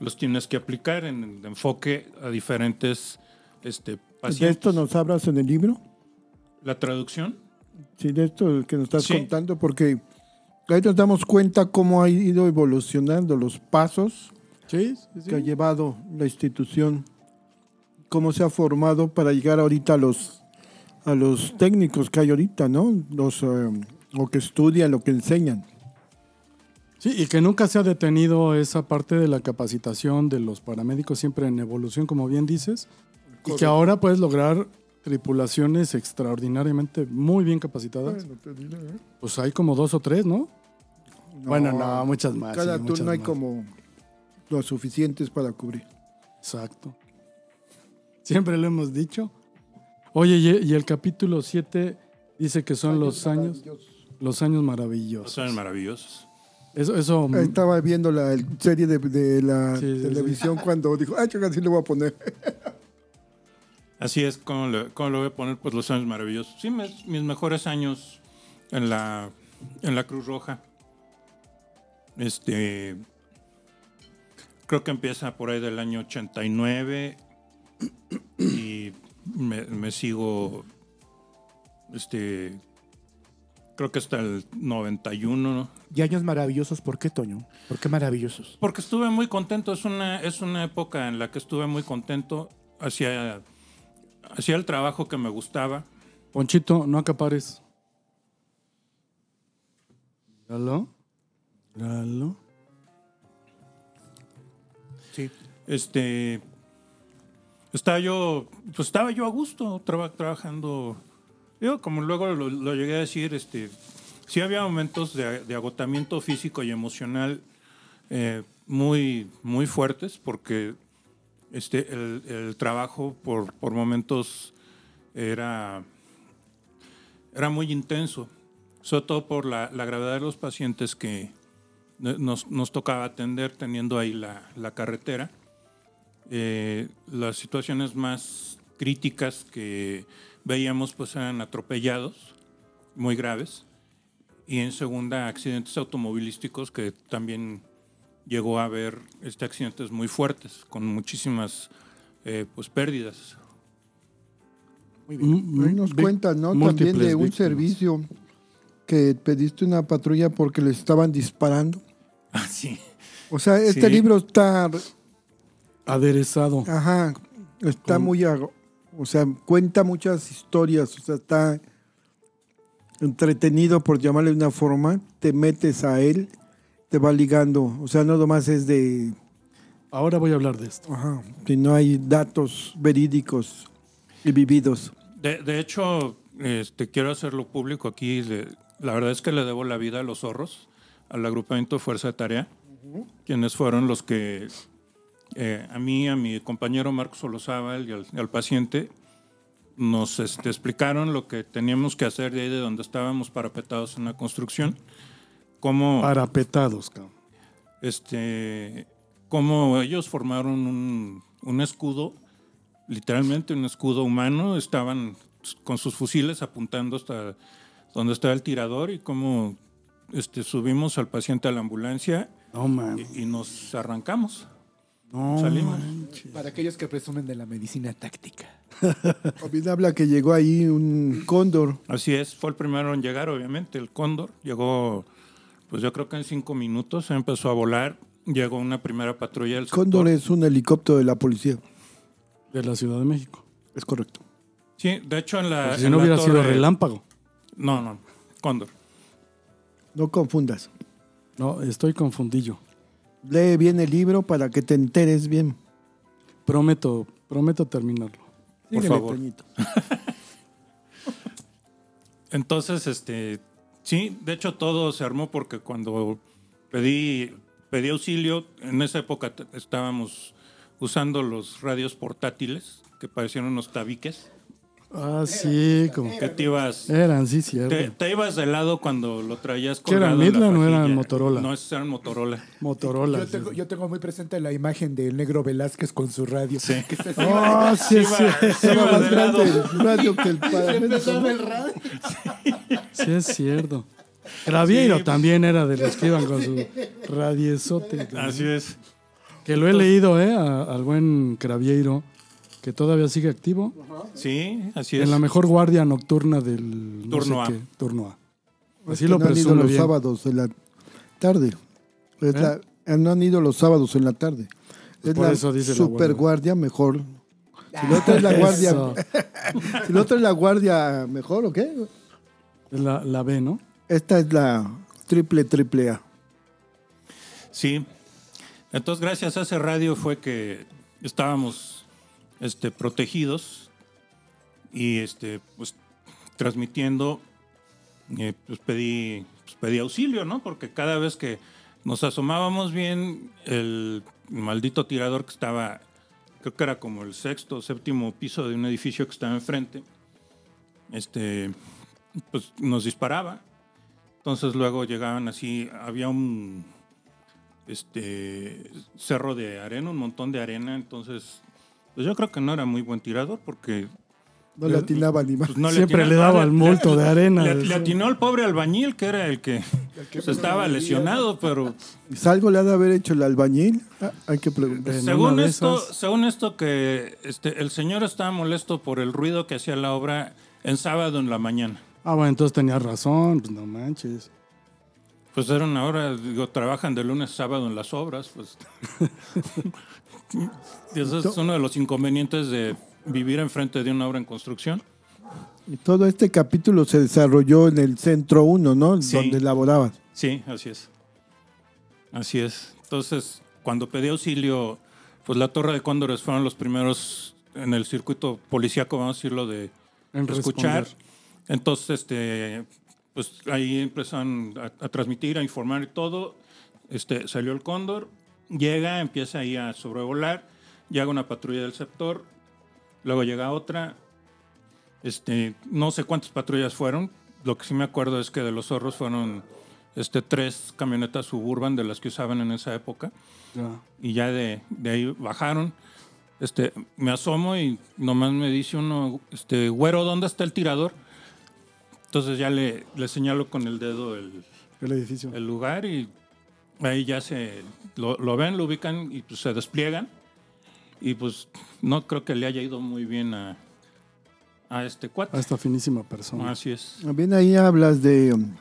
los tienes que aplicar en, en enfoque a diferentes este,
¿De
pacientes.
esto nos hablas en el libro?
La traducción.
Sí, de esto que nos estás
Sí.
contando, porque ahí nos damos cuenta cómo ha ido evolucionando los pasos
Sí, sí,
que ha
sí.
llevado la institución, cómo se ha formado para llegar ahorita a los, a los técnicos que hay ahorita, ¿no? Los, eh, lo que estudian, lo que enseñan.
Sí, y que nunca se ha detenido esa parte de la capacitación de los paramédicos, siempre en evolución, como bien dices, y que ahora puedes lograr tripulaciones extraordinariamente muy bien capacitadas. Pues hay como dos o tres, ¿no? bueno, no, muchas más.
Cada
sí, muchas
turno hay
más.
como los suficientes para cubrir.
Exacto. Siempre lo hemos dicho. Oye, y, y el capítulo 7 dice que son los años los años maravillosos.
Son maravillosos.
eso eso
Ahí Estaba viendo la el- serie de, de la
Sí, sí,
televisión cuando dijo, ay, chinga, sí le voy a poner.
Así es, ¿cómo lo, cómo lo voy a poner? Pues los años maravillosos. Sí, mes- mis mejores años en la, en la Cruz Roja. Este. Creo que empieza por ahí del año 89. Y me, me sigo. Este. Creo que hasta el 91, ¿no?
Y años maravillosos, ¿por qué, Toño? ¿Por qué maravillosos?
Porque estuve muy contento, es una, es una época en la que estuve muy contento, hacía, hacía el trabajo que me gustaba.
Ponchito, no acapares. Míralo. Míralo.
Este estaba yo, pues estaba yo a gusto traba- trabajando. Yo, como luego lo, lo llegué a decir, este sí había momentos de, de agotamiento físico y emocional eh, muy, muy fuertes, porque este, el, el trabajo por, por momentos era, era muy intenso, sobre todo por la, la gravedad de los pacientes que no- nos, nos tocaba atender teniendo ahí la, la carretera. Eh, las situaciones más críticas que veíamos pues eran atropellados, muy graves, y en segunda accidentes automovilísticos que también llegó a haber este, accidentes muy fuertes, con muchísimas eh, pues, pérdidas.
Mm,
Ahí
mm,
nos
vic-
cuentan, ¿no?
múltiples
También de un
víctimas.
servicio que pediste una patrulla porque le estaban disparando.
Así.
O sea, este
Sí.
libro está,
Aderezado.
ajá, está muy, ag- o sea, cuenta muchas historias, o sea, está entretenido por llamarle de una forma, te metes a él, te va ligando, o sea, no nomás es de
ahora voy a hablar de esto.
Ajá. Si no hay datos verídicos y vividos.
De, de hecho, este, quiero hacerlo público aquí. le- la verdad es que le debo la vida a los zorros, al agrupamiento Fuerza de Tarea, quienes fueron los que eh, a mí, a mi compañero Marcos Olozábal y al, y al paciente nos este, explicaron lo que teníamos que hacer de ahí de donde estábamos parapetados en la construcción. Cómo,
Parapetados, cabrón.
este, como ellos formaron un, un escudo, literalmente un escudo humano, estaban con sus fusiles apuntando hasta donde estaba el tirador y como este, subimos al paciente a la ambulancia
No mames.
y, y nos arrancamos.
No
Salimos.
manches.
Para aquellos que presumen de la medicina táctica.
Ovid habla que llegó ahí un cóndor.
Así es, fue el primero en llegar, obviamente, el cóndor. Llegó, pues yo creo que en cinco minutos empezó a volar. Llegó una primera patrulla del sector.
Cóndor es un helicóptero de la policía.
De la Ciudad de México.
Es correcto.
Sí, de hecho en
Porque
la.
Pues si
Ah, en
no
la
hubiera sido
torre-
relámpago.
No, no, cóndor.
No confundas.
No, estoy confundillo.
Lee bien el libro para que te enteres bien.
Prometo, prometo terminarlo.
Por
Síguele,
favor.
Toñito.
Entonces, este, sí, de hecho todo se armó porque cuando pedí, pedí auxilio, en esa época t- estábamos usando los radios portátiles que parecieron unos tabiques,
Ah, sí, como
que te ibas,
eran, sí, cierto.
te, te ibas de lado cuando lo traías
¿Qué eran,
colgado en la
Midland o eran
fajilla.
Motorola?
No, esos eran Motorola.
Motorola.
Yo tengo, yo tengo muy presente la imagen del negro Velázquez con su radio. Que se
Ah, sí,
iba-
sí.
se
Estaba
iba
más
de
grande
lado.
el radio que el paramento.
Sí, es cierto. Graviero
Sí.
también era de los que iban con su radiezote. cabrón.
Así es.
Que lo he leído, ¿eh? a- al buen Gravieiro, que todavía sigue activo.
Sí, así es.
En la mejor guardia nocturna del no
Turno
sé
A.
qué, turno A.
Es
Así
Pues que
lo
no han ido
presumo
los
bien.
sábados de la tarde. Es la- eh, no han ido los sábados en la tarde. es
Pues por
la
eso dice la
super guardia
guardia.
mejor. Si la otra es la guardia,
Eso.
si la otra es la guardia mejor, ¿o qué?
Es la, la B, ¿no?
Esta es la triple triple A.
Sí. Entonces, gracias a ese radio fue que estábamos este, protegidos y este, pues, transmitiendo, eh, pues, pedí, pues, pedí auxilio, ¿no? Porque cada vez que nos asomábamos bien, el maldito tirador que estaba, creo que era como el sexto o séptimo piso de un edificio que estaba enfrente, este, pues nos disparaba. Entonces luego llegaban así, había un, este cerro de arena, un montón de arena, entonces pues yo creo que no era muy buen tirador porque
No
¿Eh?
le atinaba ni más.
pues, no
Siempre
atinaba-
le daba al multo de arena.
Le, le atinó al pobre albañil que era el que, pues, estaba lesionado, pero
Salgo Pues le ha de haber hecho el albañil. Ah, hay que preguntar.
En
según
una de
esto,
esas-
según esto que este, el señor estaba molesto por el ruido que hacía la obra en sábado en la mañana.
Ah, bueno, entonces tenías razón, pues no manches.
Pues era una hora, digo, trabajan de lunes a sábado en las obras, pues. Y Ese es uno de los inconvenientes de vivir enfrente de una obra en construcción.
Y Todo este capítulo se desarrolló en el centro 1, ¿no?
Sí.
Donde laborabas.
Sí, así es. Así es. Entonces, cuando pedí auxilio, pues la Torre de Cóndores fueron los primeros en el circuito policíaco, vamos a decirlo, de
En
escuchar.
responder.
Entonces, este, pues ahí empezaron a, a transmitir, a informar y todo. Este, salió el cóndor, llega, empieza ahí a sobrevolar, llega una patrulla del sector, luego llega otra. Este, no sé cuántas patrullas fueron. Lo que sí me acuerdo es que de los zorros fueron este, tres camionetas suburban de las que usaban en esa época
Ya.
y ya de, de ahí bajaron. Este, me asomo y nomás me dice uno, este, güero, ¿dónde está el tirador? Entonces ya le, le señalo con el dedo el,
El edificio.
el lugar y ahí ya se lo, lo ven, lo ubican y pues se despliegan. Y pues no creo que le haya ido muy bien a, a este
A
cuate.
esta finísima persona.
Así es.
Bien, ahí hablas de um,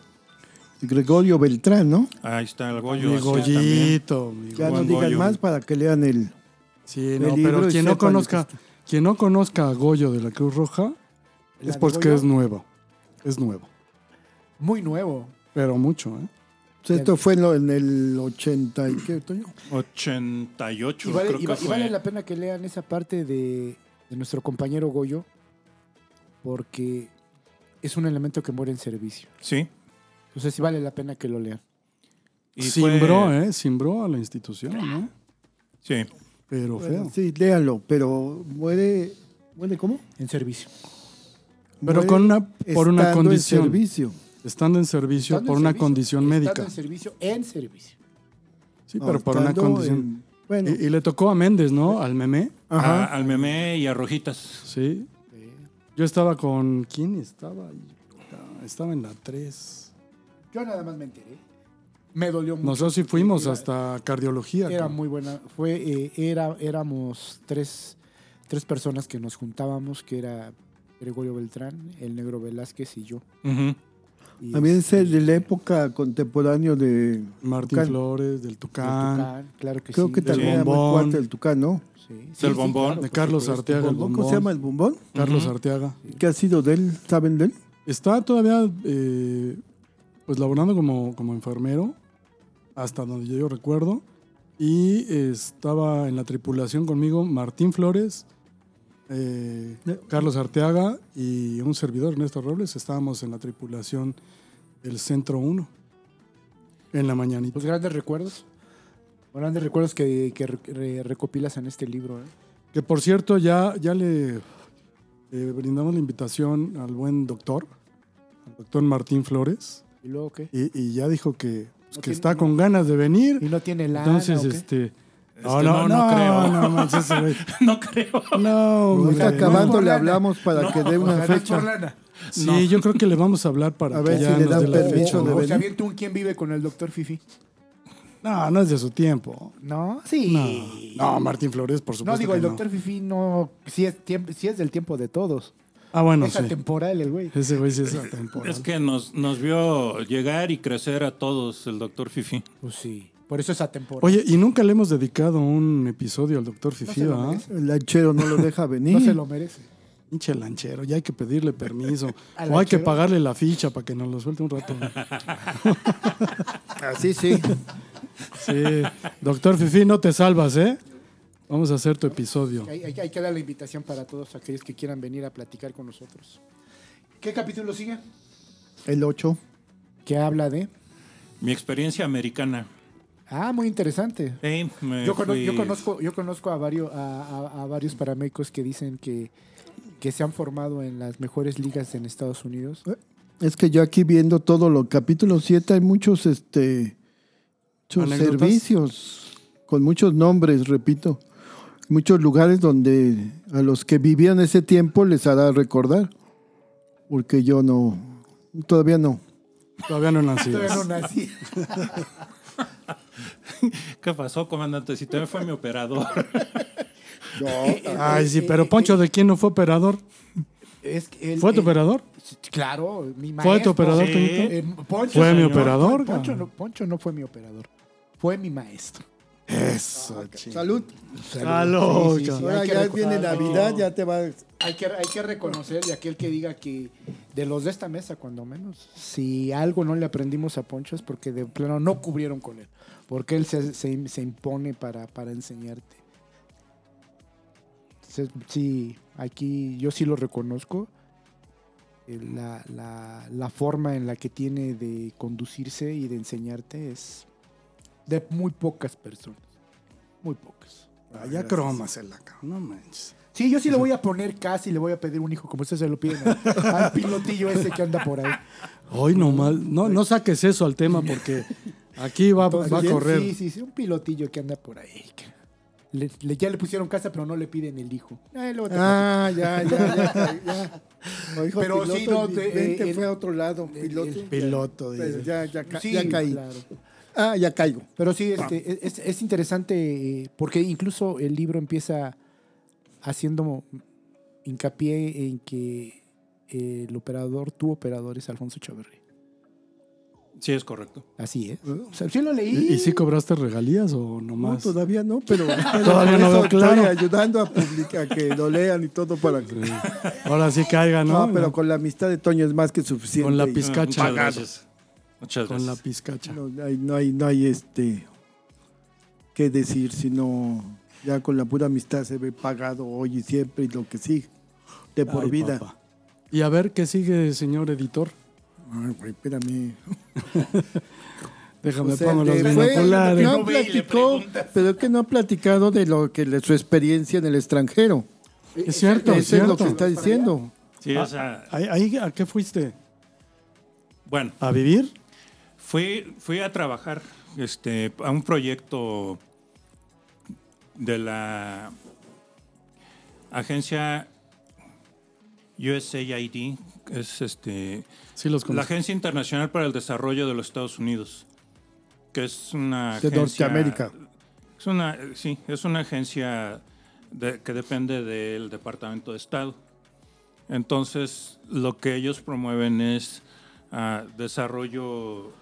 Gregorio Beltrán, ¿no?
Ahí está el Goyo.
mi
así también.
gollito, mi
Ya
Goyo.
no
Juan
digan
Goyo.
más para que lean el.
Sí,
el
no,
libro
pero
y
quien no
sepan lo que
conozca, quien no conozca a Goyo de la Cruz Roja
¿La
es
de
porque
Goyo?
es nuevo. Es nuevo.
Muy nuevo.
Pero mucho, ¿eh?
Entonces, esto fue en, lo- en el 80 y qué, Toño?
88,
Y vale,
creo
y va-
que
y
fue.
vale la pena que lean esa parte de, de nuestro compañero Goyo, porque es un elemento que muere en servicio.
Sí.
Entonces sí vale la pena que lo lean.
Y
Simbró,
fue-
¿eh? Simbró a la institución, ¿eh?
Sí.
Pero
Bueno,
feo.
sí, léalo, pero muere, ¿muere cómo?
En servicio.
Pero
Muere
con una, por
estando
una
en
condición.
servicio.
Estando en servicio
Estando
por
en
una
servicio,
condición
estando
médica.
En servicio, en servicio.
Sí,
No,
pero por una
estando
condición.
en- bueno,
Y, y le tocó a Méndez, ¿no? Al meme.
ajá.
A- al meme y a Rojitas.
Sí. Yo estaba con. ¿Quién estaba? ahí? Estaba en la 3.
Yo nada más me enteré. Me dolió mucho.
Nosotros sí fuimos
Era-
hasta cardiología.
Era
cabrón.
muy buena. Fue, eh, era, éramos tres, tres personas que nos juntábamos, que era Gregorio Beltrán, el negro Velázquez y yo.
Ujú.
Y
También es
este,
el de la época contemporáneo de...
Martín
Tucán.
Flores, del
el
Tucán,
Tucán, claro que
Creo
sí.
que también era muy
Bombón.
fuerte el Tucán, ¿no?
Sí, sí,
Del
sí,
bombón.
claro,
de
por
Carlos
supuesto.
Arteaga. el
¿Cómo se
bombón.
llama el bombón?
Carlos
Ujú.
Arteaga.
¿Qué ha sido de él? ¿Saben de él?
Está todavía eh, pues laborando como, como enfermero, hasta donde yo recuerdo. Y eh, estaba en la tripulación conmigo Martín Flores, eh, Carlos Arteaga y un servidor, Ernesto Robles. Estábamos en la tripulación del Centro 1 en la mañanita.
Pues grandes recuerdos. Grandes recuerdos que, que re- re- recopilas en este libro. ¿eh?
Que por cierto, ya, ya le eh, brindamos la invitación al buen doctor, al doctor Martín Flores,
¿Y luego qué?
y, y ya dijo que, pues,
No
que
tiene-
está con ganas de venir.
¿Y no tiene lana
Entonces,
o qué?
este.
Este,
No, no, no, creo. No, manches, ese güey.
No creo.
no,
Ahorita
hombre, no.
Pues, acabando
por
le
lana.
hablamos para que dé una fecha.
Sí, yo creo que le vamos a hablar para
A
que
ver
ya
si le
nos
dan
dé la
permiso
fecha,
de
¿no?
O
venir.
sea, bien tú, ¿quién vive con el doctor Fifi?
No, no es de su tiempo.
No, sí.
No, no Martín Flores, por supuesto.
No, digo,
que
el doctor Fifi no. Sí es, tiemp- sí es del tiempo de todos.
Ah, bueno,
es
sí.
atemporal el güey.
Ese güey sí es atemporal.
Es que nos, nos vio llegar y crecer a todos el doctor Fifi.
Pues sí. Por eso es atemporal.
Oye, y nunca le hemos dedicado un episodio al doctor ¿ah? Fifi,
se lo
¿verdad?
merece.
El lanchero no lo deja venir.
no se lo merece.
Pinche lanchero, ya hay que pedirle permiso.
¿Al
o hay que
lanchero?
pagarle la ficha para que nos lo suelte un rato. Ah,
Así sí.
Sí. Doctor Fifi, no te salvas, ¿eh? Vamos a hacer tu episodio.
Hay, hay- hay que dar la invitación para todos aquellos que quieran venir a platicar con nosotros. ¿Qué capítulo sigue?
El 8.
Que habla de.
Mi experiencia americana.
Ah, muy interesante.
Eh, me
Yo, cono-
fui-
yo conozco, yo conozco a varios, a, a- a varios paramédicos que dicen que, que se han formado en las mejores ligas en Estados Unidos.
Es que yo aquí viendo todo lo capítulo 7 hay muchos este muchos
¿Anécdotas?
servicios con muchos nombres, repito. Muchos lugares donde a los que vivían ese tiempo les hará recordar. Porque yo no todavía no.
Todavía no nacías.
Todavía no nací.
¿Qué pasó, comandante? Si también fue mi operador.
Ay, sí, pero Poncho, ¿de quién no fue operador?
Es que él-
¿Fue tu
él-
operador?
Claro, mi maestro.
¿Fue tu operador,
Sí.
Toñito?
Eh, Poncho,
¿Fue mi
señor.
operador?
Poncho no, Poncho no fue mi operador. Fue mi maestro.
Eso, chido.
Salud.
Salud,
Sí, sí, sí,
cabrón.
hay, que
ya
reco-
viene Navidad, ya te va.
hay que- hay que reconocer, y aquel que diga que de los de esta mesa, cuando menos, si algo no le aprendimos a Poncho es porque de plano no cubrieron con él. Porque él se, se- se impone para, para enseñarte. Entonces, sí, aquí yo sí lo reconozco. Eh, La, la- la forma en la que tiene de conducirse y de enseñarte es de muy pocas personas. Muy pocas.
Ya cromasela, cabrón. No manches.
Sí, yo sí le voy a poner casi, le voy a pedir un hijo, como ustedes se lo piden al, al pilotillo ese que anda por ahí.
Hoy nomás. No, no saques eso al tema porque aquí va,
Entonces,
va a
Sí,
correr.
sí, sí, un pilotillo que anda por ahí. que le- le- ya le pusieron casa, pero no le piden el hijo. Ay, luego te
Ah, ya, ya, ya. ya. No, hijo,
Pero sí, no,
piloto,
te-
vente,
eh,
fue a otro lado,
el-
piloto.
el
Piloto,
Pues
dice.
ya, ya, ca-
Sí,
ya caí.
claro.
Ah, ya caigo.
Pero sí, este, es, es interesante eh, porque incluso el libro empieza haciendo hincapié en que eh, el operador, tu operador es Alfonso Chaverri.
Sí, es correcto.
Así es. O sea, sí lo leí.
Ah. ¿Y, y sí cobraste regalías o
No,
nomás?
todavía no, pero
Todavía no
Por
veo
eso
claro.
Estoy ayudando a publicar, que lo lean y todo para que.
Ahora sí caiga,
No,
¿no?
pero con la amistad de Toño es más que suficiente.
Con la
Y-
pizcacha.
Muchas Ah, gracias. Muchas
con la
gracias.
pizcacha.
No hay, no hay, no hay este qué decir, sino ya con la pura amistad se ve pagado hoy y siempre y lo que sigue, de por
Ay,
vida.
papá. Y a ver qué sigue, señor editor.
Ay, güey, espérame.
Déjame
O sea,
pongo los
de- fue-
binoculares.
no platicó, pero es que no ha platicado de lo que de su experiencia en el extranjero.
Es cierto,
Eso
es
es
cierto.
lo que está diciendo.
Sí,
Ah.
o sea,
Ahí- ahí, ¿A qué fuiste?
bueno,
¿A vivir?
fui, fui a trabajar este, a un proyecto de la agencia USAID, que es este,
Sí, los
la
conozco.
Agencia Internacional para el Desarrollo de los Estados Unidos, que es una
De
agencia-
Norteamérica.
Es una, sí, es una agencia de- que depende del Departamento de Estado. Entonces, lo que ellos promueven es ah, desarrollo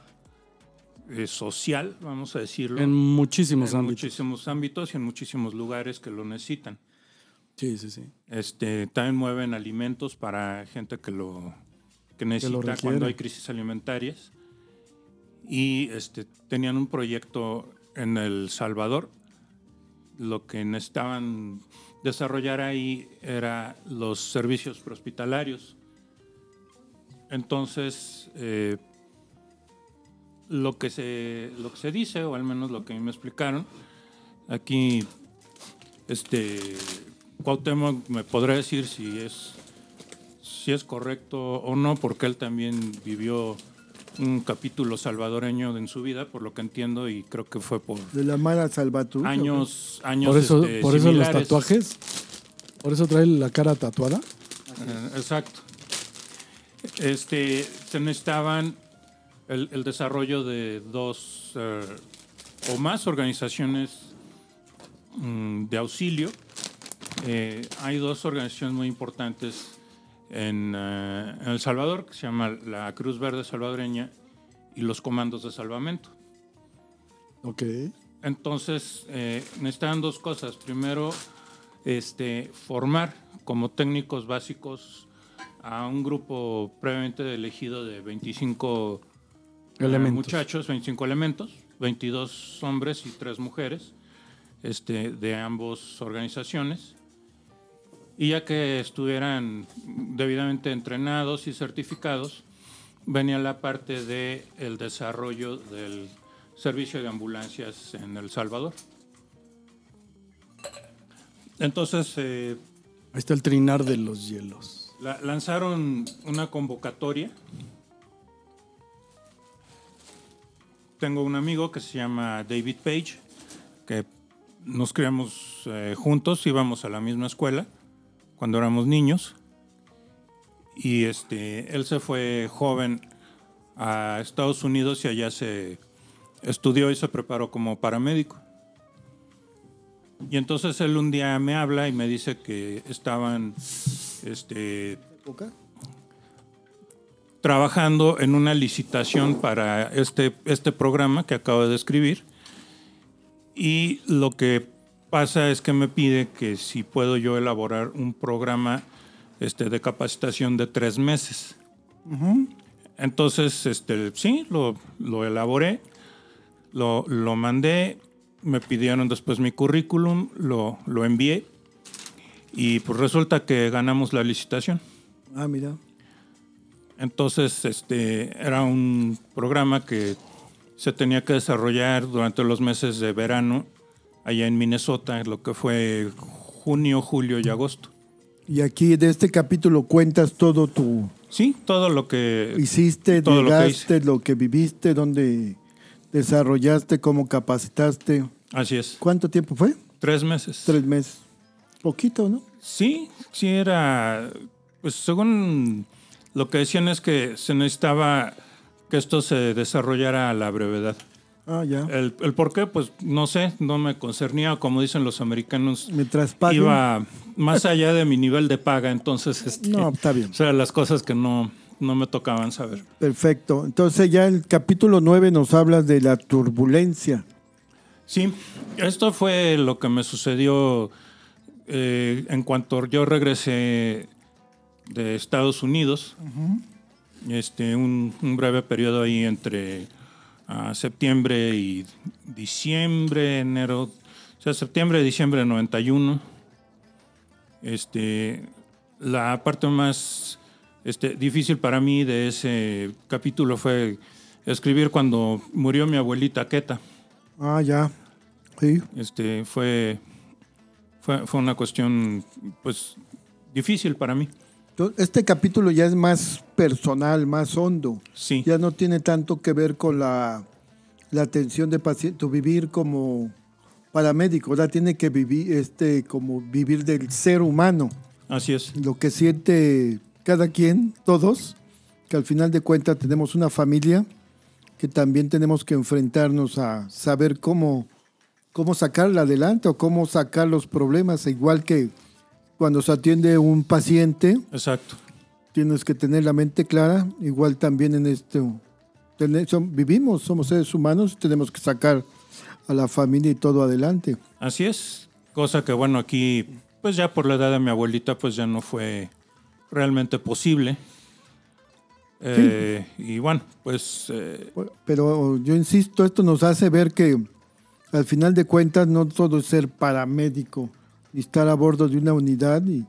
eh, social, vamos a decirlo,
En muchísimos
en
ámbitos.
muchísimos ámbitos y en muchísimos lugares que lo necesitan.
Sí, sí, sí.
Este, también mueven alimentos para gente que lo que necesita
requiere.
cuando hay crisis alimentarias. Y este, tenían un proyecto en El Salvador. Lo que necesitaban desarrollar ahí era los servicios prehospitalarios. Entonces, eh, lo, que se, lo que se dice, o al menos lo que a mí me explicaron, aquí este Cuauhtémoc me podrá decir si es si es correcto o no, porque él también vivió un capítulo salvadoreño en su vida, por lo que entiendo, y creo que fue por
De la mala salvatrucha.
años, años.
Por eso,
este,
por eso los
similares.
tatuajes. Por eso trae la cara tatuada.
Eh, Exacto. Este, se necesitaban el, el desarrollo de dos eh, o más organizaciones mm, de auxilio. Eh, hay dos organizaciones muy importantes en, eh, en El Salvador, que se llama la Cruz Verde Salvadoreña y los Comandos de Salvamento.
Ok.
Entonces, eh, necesitan dos cosas. Primero, este, formar como técnicos básicos a un grupo previamente elegido de 25 eh,
Elementos.
muchachos, 25 elementos, 22 hombres y 3 mujeres este, de ambas organizaciones. Y ya que estuvieran debidamente entrenados y certificados, venía la parte del el desarrollo del servicio de ambulancias en El Salvador. Entonces, eh,
Ahí está el trinar de los hielos.
la- lanzaron una convocatoria. Tengo un amigo que se llama David Page, que nos criamos eh, juntos, íbamos a la misma escuela cuando éramos niños. Y este, él se fue joven a Estados Unidos y allá se estudió y se preparó como paramédico. Y entonces él un día me habla y me dice que estaban este, trabajando en una licitación para este, este programa que acabo de escribir. Y lo que pasa es que me pide que si puedo yo elaborar un programa este, de capacitación de tres meses. Entonces, este, sí, lo, lo elaboré, lo, lo mandé, me pidieron después mi currículum, lo, lo envié y pues resulta que ganamos la licitación.
Ah, mira.
Entonces, este era un programa que se tenía que desarrollar durante los meses de verano allá en Minnesota, en lo que fue junio, julio y agosto.
Y aquí de este capítulo cuentas todo tu
Sí, todo lo que
hiciste,
todo lo que
llegaste, lo que, viviste, dónde desarrollaste, cómo capacitaste.
Así es.
¿Cuánto tiempo fue?
Tres meses.
Tres meses. Poquito, ¿no?
Sí, sí era. Pues según lo que decían es que se necesitaba que esto se desarrollara a la brevedad.
Ah, ya.
El, el por qué, pues no sé, no me concernía, como dicen los americanos.
Me traspasó.
iba más allá de mi nivel de paga, entonces este,
No, está bien.
o sea, las cosas que no, no me tocaban saber.
Perfecto. Entonces ya el capítulo 9 nos habla de la turbulencia.
Sí, esto fue lo que me sucedió eh, en cuanto yo regresé de Estados Unidos. este, un, un breve periodo ahí entre ah, septiembre y diciembre, enero, o sea, septiembre, diciembre del 91. Este, la parte más este, difícil para mí de ese capítulo fue escribir cuando murió mi abuelita Keta.
Ah, ya. Sí.
Este, fue, fue, fue una cuestión pues, difícil para mí.
Entonces, Este capítulo ya es más personal, más hondo.
Sí.
Ya no tiene tanto que ver con la, la atención de paciente, tu vivir como paramédico. Ahora tiene que vivir este, como vivir del ser humano.
Así es.
Lo que siente cada quien, todos, que al final de cuentas tenemos una familia que también tenemos que enfrentarnos a saber cómo, cómo sacarla adelante o cómo sacar los problemas, igual que cuando se atiende un paciente,
Exacto.
tienes que tener la mente clara, igual también en esto. Tener- son- vivimos, somos seres humanos, tenemos que sacar a la familia y todo adelante.
Así es. Cosa que bueno, aquí, pues ya por la edad de mi abuelita, pues ya no fue realmente posible. Eh, Y bueno, pues eh,
Pero yo insisto, esto nos hace ver que al final de cuentas no todo es ser paramédico, ni estar a bordo de una unidad y,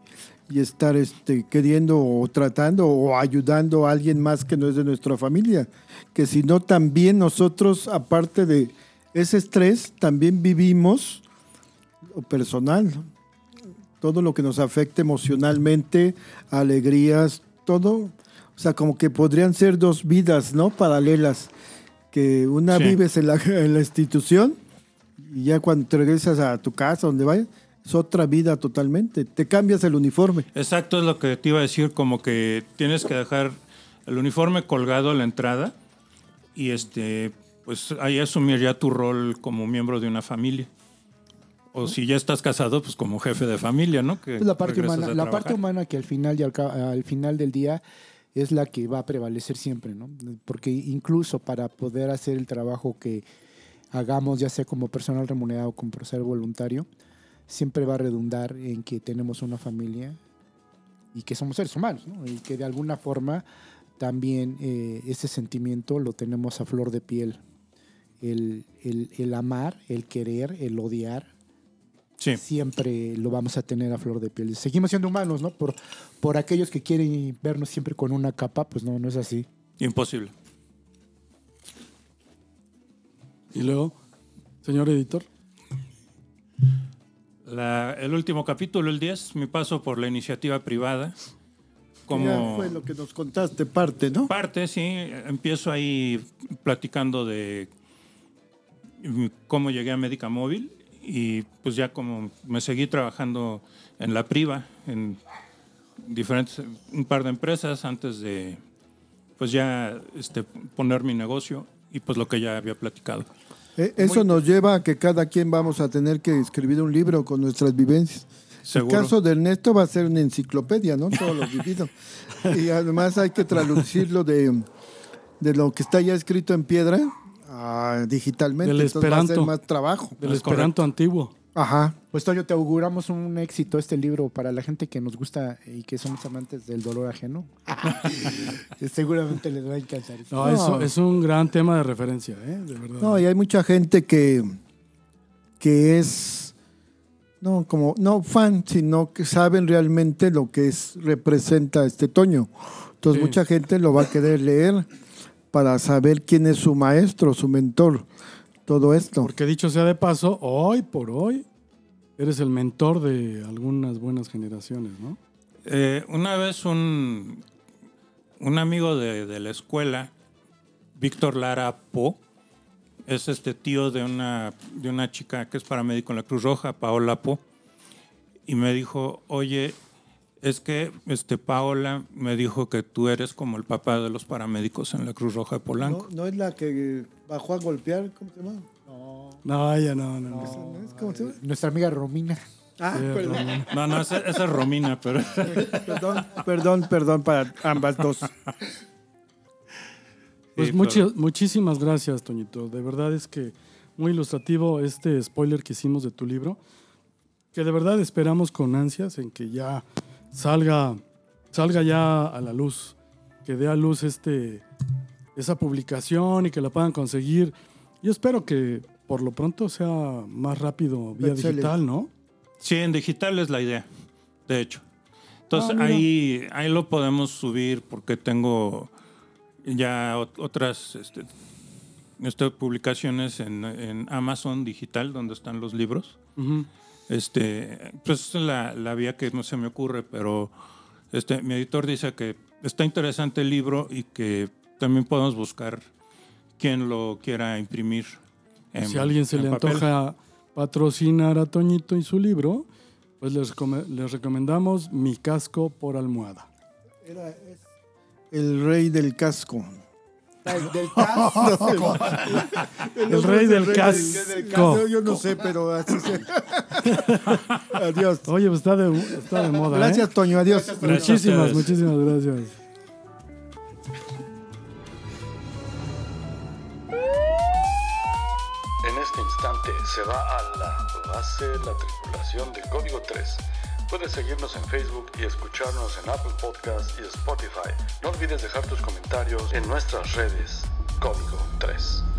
y estar este, queriendo o tratando o ayudando a alguien más que no es de nuestra familia, que sino también nosotros, aparte de ese estrés, también vivimos lo personal, todo lo que nos afecta emocionalmente, alegrías, todo. O sea, como que podrían ser dos vidas, ¿no? Paralelas. Que una
Sí.
vives en la, en la institución y ya cuando te regresas a tu casa, donde vayas, es otra vida totalmente. Te cambias el uniforme.
exacto es lo que te iba a decir, como que tienes que dejar el uniforme colgado a la entrada y este, pues ahí asumir ya tu rol como miembro de una familia. O si ya estás casado, pues como jefe de familia, ¿no? Que
Pues la parte
regresas
humana,
de
la parte
trabajar.
humana que al final y al, ca- al final del día es la que va a prevalecer siempre, ¿no? Porque incluso para poder hacer el trabajo que hagamos, ya sea como personal remunerado o como ser voluntario, siempre va a redundar en que tenemos una familia y que somos seres humanos, ¿no? Y que de alguna forma también eh, ese sentimiento lo tenemos a flor de piel. El, el- el amar, el querer, el odiar,
Sí,
siempre lo vamos a tener a flor de piel. Seguimos siendo humanos, ¿no? Por, por aquellos que quieren vernos siempre con una capa, pues no, no es así.
imposible.
Y luego, señor editor,
La- el último capítulo, el 10, mi paso por la iniciativa privada.
Ya
Como
fue lo que nos contaste, parte, ¿no?
parte, sí, empiezo ahí platicando de mm, cómo llegué a Médica Móvil y pues ya como me seguí trabajando en la priva, en diferentes, un par de empresas antes de pues ya este, poner mi negocio y pues lo que ya había platicado.
Eh, Eso nos lleva a que cada quien vamos a tener que escribir un libro con nuestras vivencias.
Seguro.
El caso de Ernesto va a ser una enciclopedia, ¿no? Todo lo vivido. y además hay que traducirlo de, de lo que está ya escrito en piedra a digitalmente.
Del
Entonces va a ser
esperanto.
más trabajo.
del
Es
esperanto antiguo.
Ajá.
Pues Toño, te auguramos un éxito este libro para la gente que nos gusta y que somos amantes del dolor ajeno. Seguramente les va a encantar.
No, eso es un gran tema de referencia, ¿eh? De verdad.
No, y hay mucha gente que, que es, no como, no fan, sino que saben realmente lo que es, representa este Toño. Entonces
Sí.
mucha gente lo va a querer leer para saber quién es su maestro, su mentor, todo esto.
Porque dicho sea de paso, hoy por hoy eres el mentor de algunas buenas generaciones, ¿no?
Eh, una vez un, un amigo de, de la escuela, Víctor Lara Po, es este tío de una, de una chica que es paramédico en la Cruz Roja, Paola Po, y me dijo, oye, es que este, Paola me dijo que tú eres como el papá de los paramédicos en la Cruz Roja de Polanco.
es la que bajó a golpear, ¿cómo se llama?
No, ya no, no. no.
¿Cómo se llama?
Nuestra amiga Romina.
Ah,
Eh,
perdón,
Román.
No, no, esa, esa es Romina, pero...
perdón, perdón, perdón para ambas dos.
Pues
Sí,
muchi- muchísimas gracias, Toñito. De verdad es que muy ilustrativo este spoiler que hicimos de tu libro, que de verdad esperamos con ansias en que ya salga, salga ya a la luz. que dé a luz este, esa publicación y que la puedan conseguir. Yo espero que por lo pronto sea más rápido vía
Bestseller.
digital, ¿no?
Sí, en digital es la idea, de hecho.
Ah,
Entonces
mira.
ahí, ahí lo podemos subir porque tengo ya ot- otras este, este, publicaciones en, en Amazon Digital, donde están los libros.
Ujú.
Este, pues esa es la, la vía que no se me ocurre, pero este, mi editor dice que está interesante el libro y que también podemos buscar quien lo quiera imprimir. en-
si a alguien se
en
le
papel.
antoja patrocinar a Toñito y su libro, pues les, come- les recomendamos Mi casco por almohada.
Era- es el rey del casco.
Del caso.
El rey del
casco.
casco.
Yo, yo no sé, pero así se. Adiós.
Oye, pues está de, está de moda. ¿eh?
Gracias, Toño. Adiós.
Gracias a
Muchísimas,
ustedes.
muchísimas gracias.
En este instante se va a la base la tripulación de Código 3. Puedes seguirnos en Facebook y escucharnos en Apple Podcasts y Spotify. No olvides dejar tus comentarios en nuestras redes. Código 3.